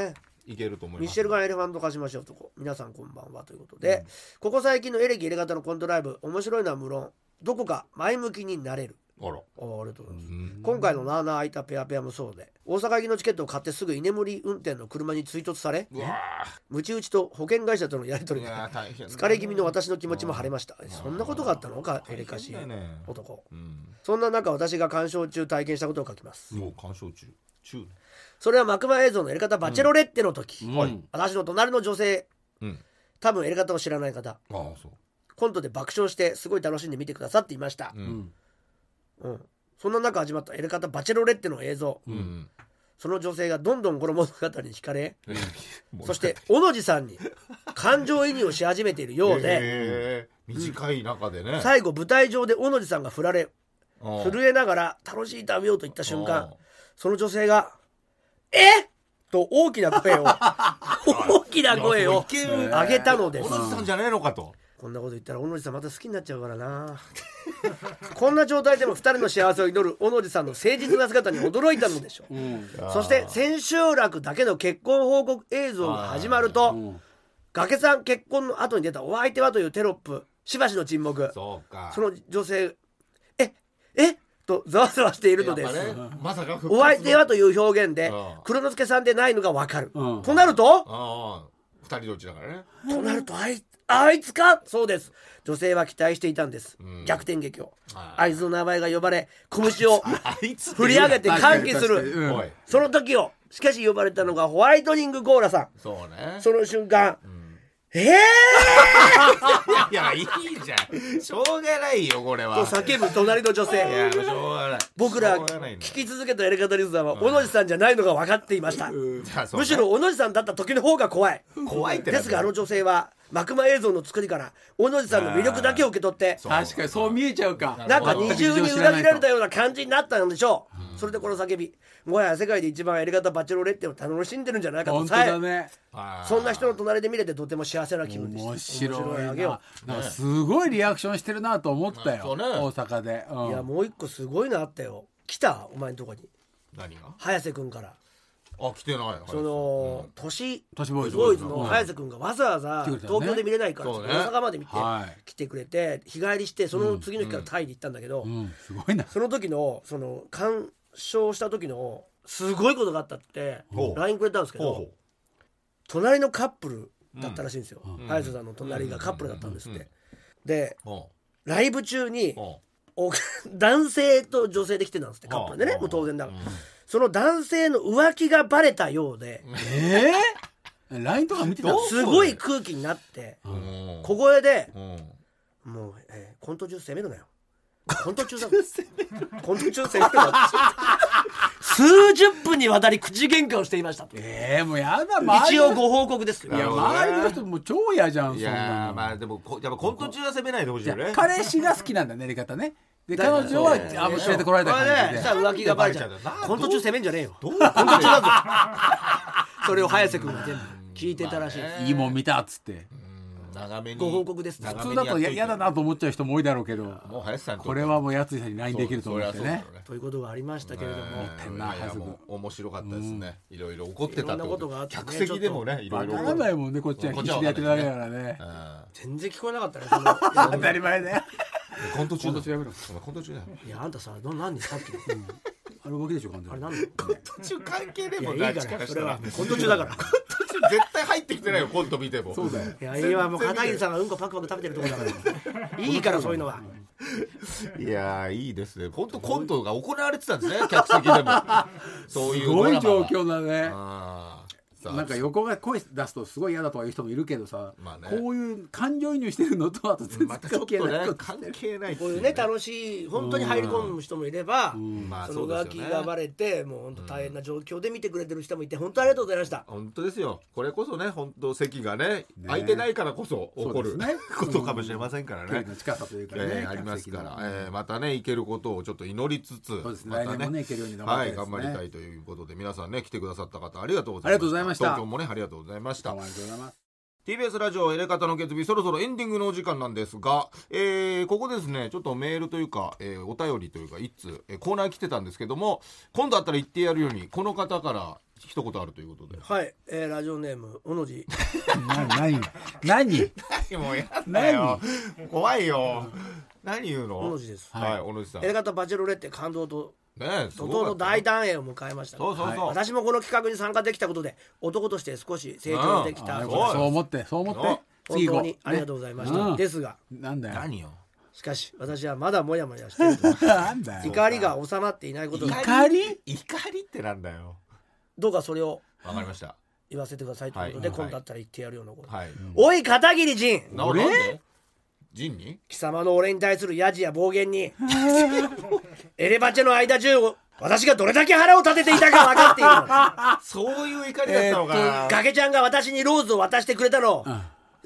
Speaker 2: いけると思います
Speaker 1: ミシェルガンエレファント化しましょうとこ皆さんこんばんはということでここ最近のエレキエレ型のコントライブ面白いのは無論どこか前向きになれる
Speaker 2: あら
Speaker 1: あーありがとうございます、
Speaker 2: うん
Speaker 1: 今回のなあなあ空いたペアペアもそうで大阪行きのチケットを買ってすぐ居眠り運転の車に追突され
Speaker 2: うわ
Speaker 1: ムチ打ちと保険会社とのやり
Speaker 2: ー
Speaker 1: 取
Speaker 2: い
Speaker 1: り
Speaker 2: や
Speaker 1: が
Speaker 2: ー大変だ
Speaker 1: 疲れ気味の私の気持ちも晴れましたそんなことがあったのかエ
Speaker 2: 大変だよね
Speaker 1: レカシ男
Speaker 2: うん
Speaker 1: そんな中私が鑑賞中体験したことを書きます
Speaker 2: もう鑑賞中中ね
Speaker 1: それは幕前映像のやり方バチェロレッテの時、
Speaker 3: うん
Speaker 1: 私の隣の女性
Speaker 2: うん
Speaker 1: 多分やり方を知らない方
Speaker 2: ああそう
Speaker 1: コントで爆笑してすごい楽しんで見てくださっていました
Speaker 2: う、
Speaker 3: うんん
Speaker 1: うんそんな中始まったやり方バチェロレッテの映像、
Speaker 2: うん
Speaker 1: その女性がどんどんこの物語に惹かれ
Speaker 2: もう
Speaker 1: そして小野寺さんに感情移入をし始めているようで、
Speaker 2: えー短い中でね
Speaker 1: 最後舞台上で小野寺さんが振られ
Speaker 2: うん
Speaker 1: 震えながら楽しい旅をと言った瞬
Speaker 2: うん
Speaker 1: 間その女性が「えと大きな声
Speaker 2: [LAUGHS]
Speaker 1: を大きな声を
Speaker 2: いやそれいける
Speaker 1: 上げたので
Speaker 2: 小
Speaker 1: す
Speaker 2: 野寺さんじゃねえのかと
Speaker 1: こんなこと言ったら小野寺さんまた好きになっちゃうからな [LAUGHS] こんな状態でも2人の幸せを祈る小野寺さんの誠実な姿に驚いたのでしょう
Speaker 3: うん
Speaker 1: そして千秋楽だけの結婚報告映像が始まると、
Speaker 3: うん
Speaker 1: 崖さん結婚の後に出た「お相手は」というテロップしばしの沈黙そ
Speaker 2: そうか
Speaker 1: の女性「ええとざわざわしているので
Speaker 2: やっ
Speaker 1: す
Speaker 2: ぱねまさか復活
Speaker 1: お相手はという表現で
Speaker 2: うん
Speaker 1: 黒之助さんでないのがわかる、
Speaker 3: うん
Speaker 1: となると、
Speaker 2: ああ二人どっちだ
Speaker 1: [LAUGHS]
Speaker 2: からね
Speaker 1: となるとあいあいつかそうです女性は期待していたんです、
Speaker 2: ん
Speaker 1: 逆転劇を
Speaker 2: はい
Speaker 1: あいつの名前が呼ばれ拳を
Speaker 2: あいつ
Speaker 1: 振り上げて歓喜す
Speaker 3: 確かに確か
Speaker 1: る
Speaker 3: にうん
Speaker 2: おい
Speaker 1: その時をしかし呼ばれたのがホワイトニングゴーラさ
Speaker 2: そうんね
Speaker 1: その瞬間、ええ
Speaker 2: いやいいじゃんしょうがないよこれは
Speaker 1: ー、と叫ぶ隣の女
Speaker 2: い
Speaker 1: 性
Speaker 2: やしょうがない
Speaker 1: [LAUGHS] 僕ら
Speaker 2: しょうがない
Speaker 1: 聞
Speaker 2: ね
Speaker 1: き続けたエレガタリズさんは小野寺さんじゃないのが分かっていましたむ
Speaker 2: じゃあそうね
Speaker 1: しろ小野寺さんだった時の方が怖い
Speaker 2: 怖いって
Speaker 1: で
Speaker 2: なる
Speaker 1: すがあの女性は幕間映像の作りから小野寺さんの魅力だけを受け取って
Speaker 2: そう
Speaker 3: 確かにそう見えちゃうか
Speaker 1: なんか
Speaker 2: なるほ
Speaker 1: 二
Speaker 2: ど
Speaker 1: 重に裏切られたような感じになったんでしょうそれでこの叫びもはや世界で一番やり方バチェロレッテを楽しんでるんじゃないかと
Speaker 3: 本当
Speaker 1: さえ
Speaker 3: だね
Speaker 2: あー
Speaker 1: そんな人の隣で見れてとても幸せな気分でした
Speaker 3: 面白い
Speaker 1: あ
Speaker 3: な
Speaker 1: げよ
Speaker 3: なんかすごいリアクションしてるなと思った
Speaker 2: そ
Speaker 3: よ
Speaker 2: うね
Speaker 3: 大阪でう
Speaker 1: うんいやもう一個すごいのあったよ来たお前のとこに
Speaker 2: 何が
Speaker 1: 早瀬君から
Speaker 2: あ来てない
Speaker 1: その都市
Speaker 3: 都市ボーイズ
Speaker 1: ボーイズ
Speaker 3: う
Speaker 1: の
Speaker 3: ん
Speaker 1: 早瀬君がわざわざ
Speaker 3: 来てくれたね
Speaker 1: 東京で見れないから
Speaker 2: そうね
Speaker 1: 大阪まで見て
Speaker 3: はい
Speaker 1: 来てくれて日帰りしてその次の日からタイに行ったんだけど
Speaker 3: うんすごいな
Speaker 1: その時のその鑑賞した時のすごいことがあったって
Speaker 2: ほう
Speaker 1: LINE くれたんですけ
Speaker 2: ほう
Speaker 1: ど
Speaker 2: ほ
Speaker 1: 隣のカップルだったらしいんですよ
Speaker 3: うん
Speaker 1: 早瀬さんの隣がカップルだったんですっ
Speaker 2: うんう
Speaker 1: て
Speaker 2: ん
Speaker 1: で
Speaker 2: うほ
Speaker 1: ライブ中に
Speaker 2: うほ
Speaker 1: お [LAUGHS] 男性と女性で来てたんですってカップルでね
Speaker 2: ああ
Speaker 1: もう当然だから
Speaker 2: うん
Speaker 1: その男性の浮気がバレたようで
Speaker 3: ええ LINE とか見てた
Speaker 2: ど
Speaker 3: の
Speaker 2: う
Speaker 1: すごい空気になって
Speaker 2: ううん
Speaker 1: 小声で
Speaker 2: う
Speaker 1: 「
Speaker 2: ん
Speaker 1: もう、えーコン [LAUGHS] ト中攻めるなよ」コント中だもんコント中攻めるなよす [LAUGHS] 数十分にわたり口喧嘩をしていましたと
Speaker 3: ええもうやだ
Speaker 1: 一応
Speaker 3: い
Speaker 1: ご報告ですよ
Speaker 3: や周りの人もう超嫌じゃん
Speaker 2: い
Speaker 3: そんな
Speaker 2: や
Speaker 3: の
Speaker 2: ーまあでもこやっぱコント中は攻めないでほしいよね
Speaker 3: 彼氏が好きなんだねやり方ねで彼女は
Speaker 1: だから
Speaker 3: あもう連れてこられた
Speaker 1: これ
Speaker 3: 感
Speaker 1: ね
Speaker 3: じ
Speaker 1: したら浮気がバレちゃう
Speaker 2: バレちゃうな
Speaker 1: コント中攻めんじゃねえよ
Speaker 2: どういうことだよ
Speaker 1: それを早瀬君が全部 [LAUGHS] 聞いてたらしいです
Speaker 3: でいいもん見たっつって
Speaker 2: 長めに
Speaker 1: ご報告です
Speaker 2: 長
Speaker 3: 普
Speaker 2: めに
Speaker 3: 通
Speaker 2: や
Speaker 3: だ
Speaker 2: っと
Speaker 3: と
Speaker 2: い
Speaker 3: や
Speaker 2: て
Speaker 3: 嫌だなと思っちゃう人も多いだろうけど
Speaker 2: もう林さん
Speaker 3: これはもうやついさんに LINE できると思ってね
Speaker 1: ということがありましたけれども
Speaker 3: 変なはず
Speaker 2: もう面白かったですね、いろいろ怒ってた
Speaker 1: いろんなことがあってね
Speaker 2: 客席でもねいろ
Speaker 3: わ
Speaker 2: いろ
Speaker 3: からないもんねこっちは
Speaker 2: こ
Speaker 3: 必
Speaker 2: っちは
Speaker 3: 死でやってるだけだからね
Speaker 1: 全然聞こえなかったねその
Speaker 3: [LAUGHS] 当たり前ね
Speaker 2: うんコント中だ
Speaker 3: コント中やめろ
Speaker 2: お前コント中だよ
Speaker 1: いやあんたさな何さっきの
Speaker 3: あれ動きでしょ完
Speaker 1: あれ
Speaker 3: 全に
Speaker 1: 何の
Speaker 2: コント中関係ねえもん
Speaker 1: いやいい
Speaker 2: な
Speaker 1: か
Speaker 2: 力
Speaker 1: ら
Speaker 2: し
Speaker 1: そ
Speaker 2: た
Speaker 1: れ
Speaker 2: ら
Speaker 1: はコント中だから
Speaker 2: コント中絶対入ってきてないよコント見ても
Speaker 3: そうだよ
Speaker 1: いや今もう片桐さんがうんこパクパク食べてるところだから [LAUGHS] いいからそういうのはい
Speaker 2: やーいいですね本当コントが行われてたんですね客席でもそうい
Speaker 3: [LAUGHS] す
Speaker 2: うド
Speaker 3: ご
Speaker 2: ラ
Speaker 3: い
Speaker 2: マが
Speaker 3: 状況だね
Speaker 2: あーさあ
Speaker 3: なんか横が声出すとすごい嫌だとかいう人もいるけどさ、
Speaker 2: まあね
Speaker 3: こういう感情移入してるのとあと全然
Speaker 2: またちょ
Speaker 3: 関
Speaker 2: っ
Speaker 3: 係
Speaker 2: と
Speaker 3: ない
Speaker 2: ね
Speaker 3: こと
Speaker 2: 関係ないって
Speaker 1: こう
Speaker 2: い
Speaker 1: いうね楽しい本当に入り込む人もいれば
Speaker 2: まあ
Speaker 1: その
Speaker 2: そう
Speaker 1: 浮
Speaker 2: です
Speaker 1: 気
Speaker 2: よね
Speaker 1: がバレてもう本当大変な状況で見てくれてる人もいて本当ありがとうございました
Speaker 2: 本当ですよこれこそね本当席がね空いてないからこそ起こる、
Speaker 3: そうですね
Speaker 2: [LAUGHS] ことかもしれませんから
Speaker 3: 距離
Speaker 2: ね
Speaker 3: の近さというかね、
Speaker 2: えーありますから、えーまたね行けることをちょっと祈りつつ
Speaker 3: そうですね
Speaker 2: また
Speaker 3: 来年もね行けるように頑張
Speaker 2: は
Speaker 3: りたい
Speaker 2: い
Speaker 3: です
Speaker 2: 頑
Speaker 3: ね
Speaker 2: 張りたいということで皆さんね来てくださった方ありがとうございました
Speaker 3: ありがとうございました
Speaker 2: 東京もねありがとうございまし
Speaker 3: どう
Speaker 2: た
Speaker 3: もありがとうございます
Speaker 2: TBS ラジオエレカタの決日そろそろエンディングのお時間なんですが、えーここですねちょっとメールというか、えーお便りというか一通、えーコーナー来てたんですけども今度あったら言ってやるようにこの方から一言あるということで
Speaker 1: はい、えーラジオネームおのじ
Speaker 3: な何何
Speaker 2: [LAUGHS] もうや
Speaker 3: だよ
Speaker 2: 怖いよ何言うの
Speaker 1: 小野寺です
Speaker 2: はい小野寺さ
Speaker 1: エ
Speaker 2: ん
Speaker 1: レ
Speaker 2: ね
Speaker 1: ガタバチェロレッテ感動と
Speaker 2: えす
Speaker 1: 怒
Speaker 2: ご
Speaker 1: 涛
Speaker 2: か
Speaker 1: の
Speaker 2: った
Speaker 1: 大団円を迎えました
Speaker 2: そうそうそう、
Speaker 1: 私もこの企画に参加できたことで男として少し成長でき
Speaker 3: あ
Speaker 1: た
Speaker 3: よ
Speaker 2: ん
Speaker 1: 本
Speaker 3: かったそう思ってそう思って次行
Speaker 1: 当
Speaker 3: こう
Speaker 1: にありがとうございました、
Speaker 3: ねうん
Speaker 1: ですが
Speaker 3: なんだよ
Speaker 2: 何よ
Speaker 1: しかし私はまだモヤモヤしていると
Speaker 3: [LAUGHS] なんだよ
Speaker 1: 怒りが収まっていないことが
Speaker 3: 怒り
Speaker 2: 怒りってなんだよ
Speaker 1: どうかそれを
Speaker 2: わかりました
Speaker 1: 言わせてくださいということで、
Speaker 2: はい
Speaker 1: 今度あったら言ってやるようなこと、
Speaker 2: はい
Speaker 1: おい片桐仁
Speaker 2: ななんでジンに
Speaker 1: 貴様の俺に対するやじや暴言にエレバチェの間中を私がどれだけ腹を立てていたか分かっているの
Speaker 2: そういう怒りだったのかな、
Speaker 1: 崖ちゃんが私にローズを渡してくれたのを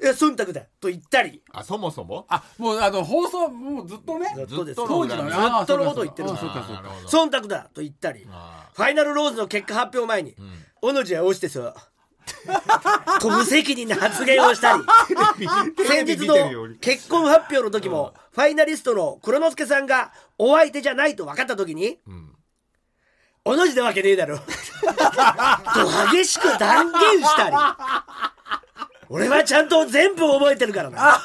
Speaker 1: え忖度だと言ったり
Speaker 2: あそもそも
Speaker 3: あもうあの放送もうずっとね
Speaker 1: ずっとです
Speaker 2: ずっと
Speaker 3: 当時のね
Speaker 2: ず
Speaker 1: っとのことを言ってる
Speaker 3: あ
Speaker 1: か
Speaker 3: そ
Speaker 1: ら
Speaker 3: うかそう
Speaker 2: あーな
Speaker 3: か
Speaker 2: るほど
Speaker 1: 忖度だと言ったり
Speaker 2: あ
Speaker 1: ファイナルローズの結果発表前に、小野寺は落ちてさと無責任な発言をしたり先日の結婚発表の時もファイナリストの黒之助さんがお相手じゃないと分かった時に「おの字なわけねえだろ」と激しく断言したり俺はちゃんと全部覚えてるからな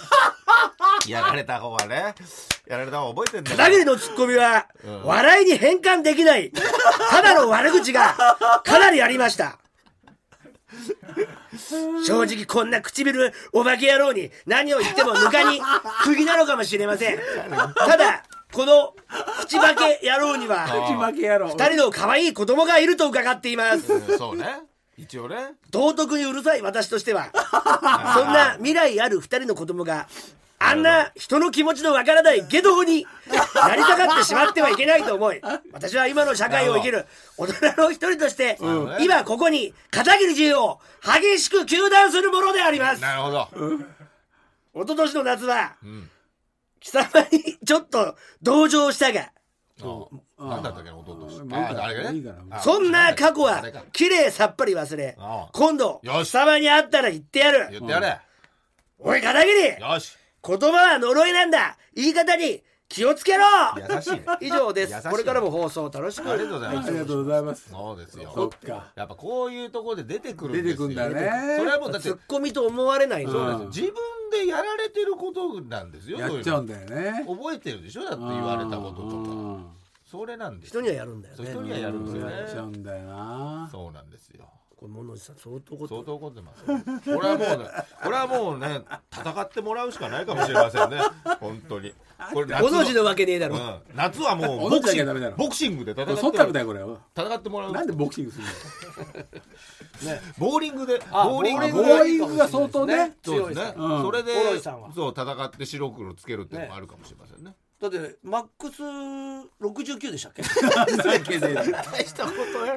Speaker 2: やられた方がねやられた方が覚えてんだ
Speaker 1: 片
Speaker 2: よ
Speaker 1: 桐のツッコミは笑いに変換できないただの悪口がかなりありました正直こんな唇お化け野郎に何を言ってもぬかに釘なのかもしれませんただこの口化け野郎には
Speaker 3: 口負け野郎
Speaker 1: 二人の可愛い子供がいると伺っています
Speaker 2: うんそうね一応ね
Speaker 1: 道徳にうるさい私としてはそんな未来ある二人の子供があんな人の気持ちのわからない下道になりたがってしまってはいけないと思い私は今の社会を生きる大人の一人として
Speaker 2: うん
Speaker 1: 今ここに片桐仁を激しく糾弾するものであります
Speaker 2: なるほど
Speaker 1: 一昨年の夏は貴様にちょっと同情したが
Speaker 2: あーなんだったっけな弟とし
Speaker 3: う
Speaker 2: て
Speaker 3: ん
Speaker 2: あーあれが
Speaker 3: い
Speaker 2: ね
Speaker 3: いから
Speaker 2: あー
Speaker 1: そんな過去
Speaker 2: あ
Speaker 1: は
Speaker 2: れか
Speaker 1: きれいさっぱり忘れ
Speaker 2: ああ
Speaker 1: 今度
Speaker 2: よ
Speaker 1: 貴
Speaker 2: し
Speaker 1: 様に会ったら言ってや
Speaker 2: 言
Speaker 1: る
Speaker 2: ってやれ
Speaker 1: おい片桐
Speaker 2: よし
Speaker 1: 言葉は呪いなんだ言い方に気をつけろ
Speaker 2: 優しいね
Speaker 1: 以上で
Speaker 2: 優しい
Speaker 1: す
Speaker 2: ね
Speaker 1: これからも放送楽しく
Speaker 2: ありがとうございま
Speaker 3: あ
Speaker 2: す
Speaker 3: りがとうございます
Speaker 2: そうですよ
Speaker 3: そっか
Speaker 2: やっぱこういうところで出てくるん
Speaker 3: 出
Speaker 2: です
Speaker 3: て
Speaker 2: よ
Speaker 3: くんだ
Speaker 2: それ
Speaker 3: ね
Speaker 2: はもうだって
Speaker 1: ツッコミと思われないの
Speaker 3: うん
Speaker 2: 自分でやられてることなんですよ
Speaker 3: やっち
Speaker 2: そい
Speaker 3: ゃ
Speaker 2: の
Speaker 3: うんだよね
Speaker 2: 覚えてるでしょだって言われたことと
Speaker 3: う
Speaker 2: か
Speaker 3: ん
Speaker 2: それなんです
Speaker 1: 人
Speaker 2: よ
Speaker 1: にはやるんだよ
Speaker 2: そう
Speaker 1: ね
Speaker 2: 人にはやるんですよ
Speaker 3: やっちゃう
Speaker 2: ね
Speaker 3: んだよな
Speaker 2: そうなんですよ
Speaker 1: これ物内さん相当こ
Speaker 2: 相
Speaker 1: と
Speaker 2: 当怒ってますこれはもうねこれはもうね戦ってもらうしかないかもしれませんね本当にこれ夏
Speaker 1: 物内のわけねえだ
Speaker 2: う
Speaker 1: ろ、
Speaker 2: ん夏はもうボ
Speaker 3: 小野
Speaker 2: ク
Speaker 3: 寺
Speaker 2: シ
Speaker 3: じ
Speaker 2: ン
Speaker 3: ゃダメだ
Speaker 2: グ
Speaker 3: ろ
Speaker 2: ボクシングで戦って
Speaker 3: 忖度だよこれは
Speaker 2: 戦ってもらう
Speaker 3: なんでボクシングするの
Speaker 2: ボーリングで
Speaker 1: あ
Speaker 2: ボーリング
Speaker 1: ボーリング
Speaker 2: で
Speaker 3: ボーイングが相当ね
Speaker 2: そう
Speaker 1: 強いで
Speaker 2: ですね。
Speaker 1: すね
Speaker 3: うん
Speaker 2: それで
Speaker 1: 五郎井さんは
Speaker 2: そう戦って白黒つけるっていうのもあるかもしれませんね。
Speaker 1: だってマックス69でしたっ
Speaker 2: [LAUGHS]
Speaker 1: け
Speaker 2: だけで大したことや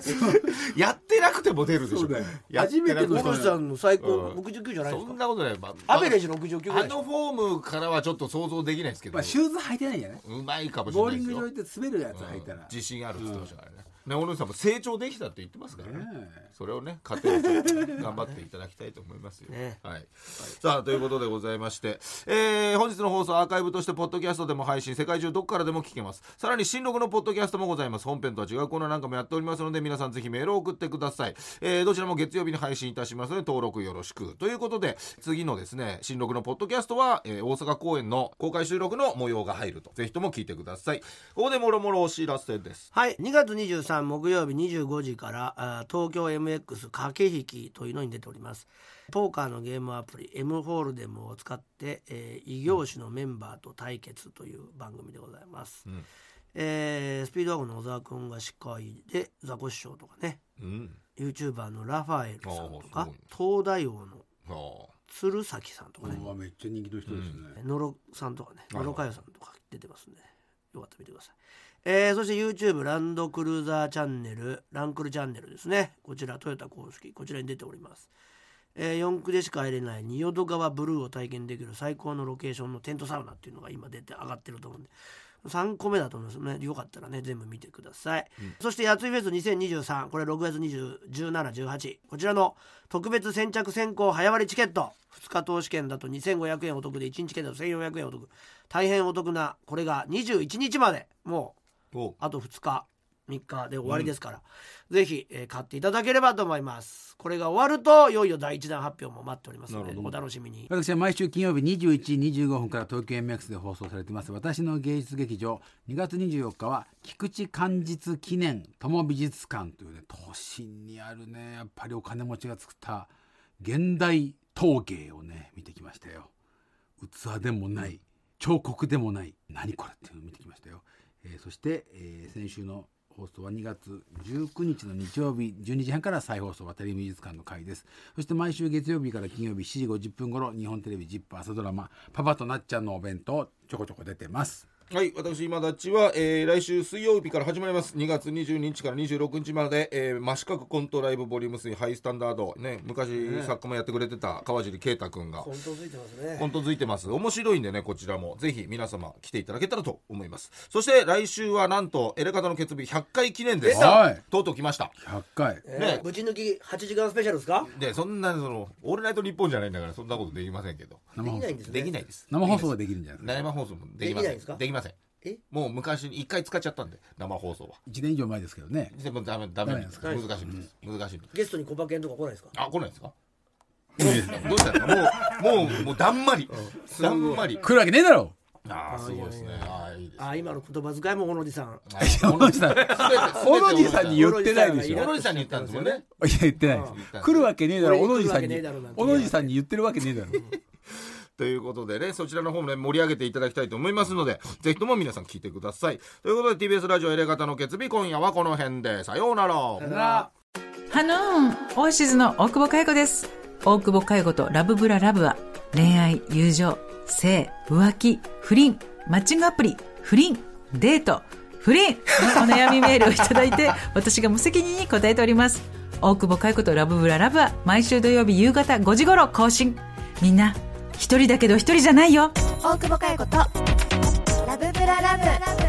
Speaker 2: やってなくても出るでし
Speaker 3: そ
Speaker 2: ょ
Speaker 3: うだよ
Speaker 2: やってなくても
Speaker 3: 初めて
Speaker 1: 森さんの最高
Speaker 2: うん
Speaker 1: 69じゃないです
Speaker 2: そん
Speaker 1: か
Speaker 2: なことないま
Speaker 1: アベレージ69ぐらい
Speaker 2: あ
Speaker 1: でし
Speaker 2: の
Speaker 1: ょ
Speaker 2: フォームからはちょっと想像できないですけど、
Speaker 3: まあシューズ履いてないんじゃないう
Speaker 2: まいかもしれ
Speaker 3: ボー
Speaker 2: ない
Speaker 3: リ
Speaker 2: で
Speaker 3: ン
Speaker 2: す
Speaker 3: グ
Speaker 2: よ
Speaker 3: 場行って滑るやつ
Speaker 2: う
Speaker 3: 履い
Speaker 2: ん
Speaker 3: たら、
Speaker 2: 自信あるって言ってましたからね、ね小野さんも成長できたって言ってますからね
Speaker 3: ねえ
Speaker 2: それをね糧をちょっと頑張っていただきたいと思いますよ、
Speaker 1: ね
Speaker 2: はい、さあということでございまして、えー本日の放送はアーカイブとしてポッドキャストでも配信世界中どこからでも聞けますさらに新録のポッドキャストもございます本編とは違うコーナーなんかもやっておりますので皆さんぜひメールを送ってください、えーどちらも月曜日に配信いたしますので登録よろしくということで次のですね新録のポッドキャストは、えー大阪公演の公開収録の模様が入るとぜひとも聞いてくださいここでもろもろお知らせです
Speaker 1: はい2月23木曜日25時からあー東京 MX 駆け引きというのに出ておりますポーカーのゲームアプリ M ホールデムを使って、えー異業種のメンバーと対決という番組でございます、
Speaker 2: ん
Speaker 1: えースピードワゴンの小沢君が司会でザコシショウとかね
Speaker 2: うん
Speaker 1: ユーチューバーのラファエルさんと
Speaker 2: あー
Speaker 1: か
Speaker 2: すごいね
Speaker 1: 東大王の
Speaker 2: ああ
Speaker 1: 鶴崎さんとかね
Speaker 3: うわめっちゃ人気の人ですね、
Speaker 1: 野呂さんとかね
Speaker 2: はいは
Speaker 1: 野
Speaker 2: い
Speaker 1: 呂佳代さんとか出てますんで、ね、よかったら見てください、えーそして YouTube ランドクルーザーチャンネルランクルチャンネルですねこちらトヨタ公式こちらに出ております、え4区でしか入れない仁淀川ブルーを体験できる最高のロケーションのテントサウナっていうのが今出て上がってると思うんで3個目だと思いますねよかったらね全部見てください、そして「やついフェス2023」これ6月201718こちらの特別先着先行早割りチケット2日投資券だと2500円お得で1日券だと1400円お得大変お得なこれが21日までもう
Speaker 2: お
Speaker 1: あと2日3日で終わりですから、ぜひ、えー買っていただければと思いますこれが終わるといよいよ第1弾発表も待っておりますのでお楽しみに
Speaker 3: 私は毎週金曜日21時25分から東京 MX で放送されています私の芸術劇場2月24日は菊池寛実記念友美術館というね都心にあるねやっぱりお金持ちが作った現代陶芸をね見てきましたよ器でもない彫刻でもない何これっていうのを見てきましたよ、えーそして、えー先週の放送は2月19日の日曜日12時半から再放送渡り美術館の会ですそして毎週月曜日から金曜日7時50分頃日本テレビ ZIP 朝ドラマ「パパとなっちゃんのお弁当」ちょこちょこ出てます
Speaker 2: はい私今立ちは、えー来週水曜日から始まります2月22日から26日まで、えー、真四角コントライブボリューム3ハイスタンダードね昔、作家もやってくれてた川尻圭太君が
Speaker 1: 本当ついてますね
Speaker 2: コントづいてます面白いんでねこちらもぜひ皆様来ていただけたらと思いますそして来週はなんとエレカタの決日100回記念です
Speaker 3: 出たはい
Speaker 2: とうとう来ました
Speaker 3: 100回
Speaker 1: えー
Speaker 2: ね
Speaker 1: ぶち抜き8時間スペシャルですか
Speaker 2: でそんなその「オールナイト日本じゃないんだからそんなことできませんけど
Speaker 1: で
Speaker 3: 生
Speaker 1: き
Speaker 3: 放
Speaker 1: ないん
Speaker 3: 送
Speaker 1: ですね
Speaker 2: できないです
Speaker 3: 生放送はできるんじゃないですか
Speaker 2: 生放送もでき
Speaker 1: でき
Speaker 2: ませ
Speaker 1: ない
Speaker 2: ん
Speaker 1: ですか
Speaker 2: できません
Speaker 1: え
Speaker 2: もう昔に1回使っちゃったんで生放送は
Speaker 3: 1年以上前ですけどね
Speaker 2: でもダメダメなんですか
Speaker 1: ダメ
Speaker 2: 難
Speaker 1: なん
Speaker 2: しいんです難しいんです
Speaker 1: ゲストに小馬券とか来ないですか
Speaker 2: あ来ないですかどうしたんですかもうもうもうだんまりだんまり
Speaker 3: 来るわけねえだろ
Speaker 2: ああすごいですねああいいです
Speaker 1: あ今の言葉遣いも小野寺さん
Speaker 2: はい
Speaker 3: 小野寺さん小野寺さんに言ってないでし
Speaker 2: 小
Speaker 3: ょ
Speaker 2: 野寺さんに言ったんですもんね
Speaker 3: いや言ってないです来るわけねえだろ小野寺さんに
Speaker 1: 俺に来るわけねえだろなんて
Speaker 3: 小野寺さんに言ってるわけねえだろ
Speaker 2: ということでねそちらの方もね盛り上げていただきたいと思いますのでぜひとも皆さん聞いてくださいということで TBS ラジオエレガタの決日今夜はこの辺でさようなら
Speaker 4: ハノーンオアシズの大久保佳代子です。大久保佳代子とラブブララブは恋愛、友情、性、浮気、不倫、マッチングアプリ、不倫、デート、不倫のお悩みメールをいただいて私が無責任に答えております。大久保佳代子とラブブララブは毎週土曜日夕方5時頃更新。みんな、一人だけど一人じゃないよ。
Speaker 5: 大久保佳代子とラブブララブ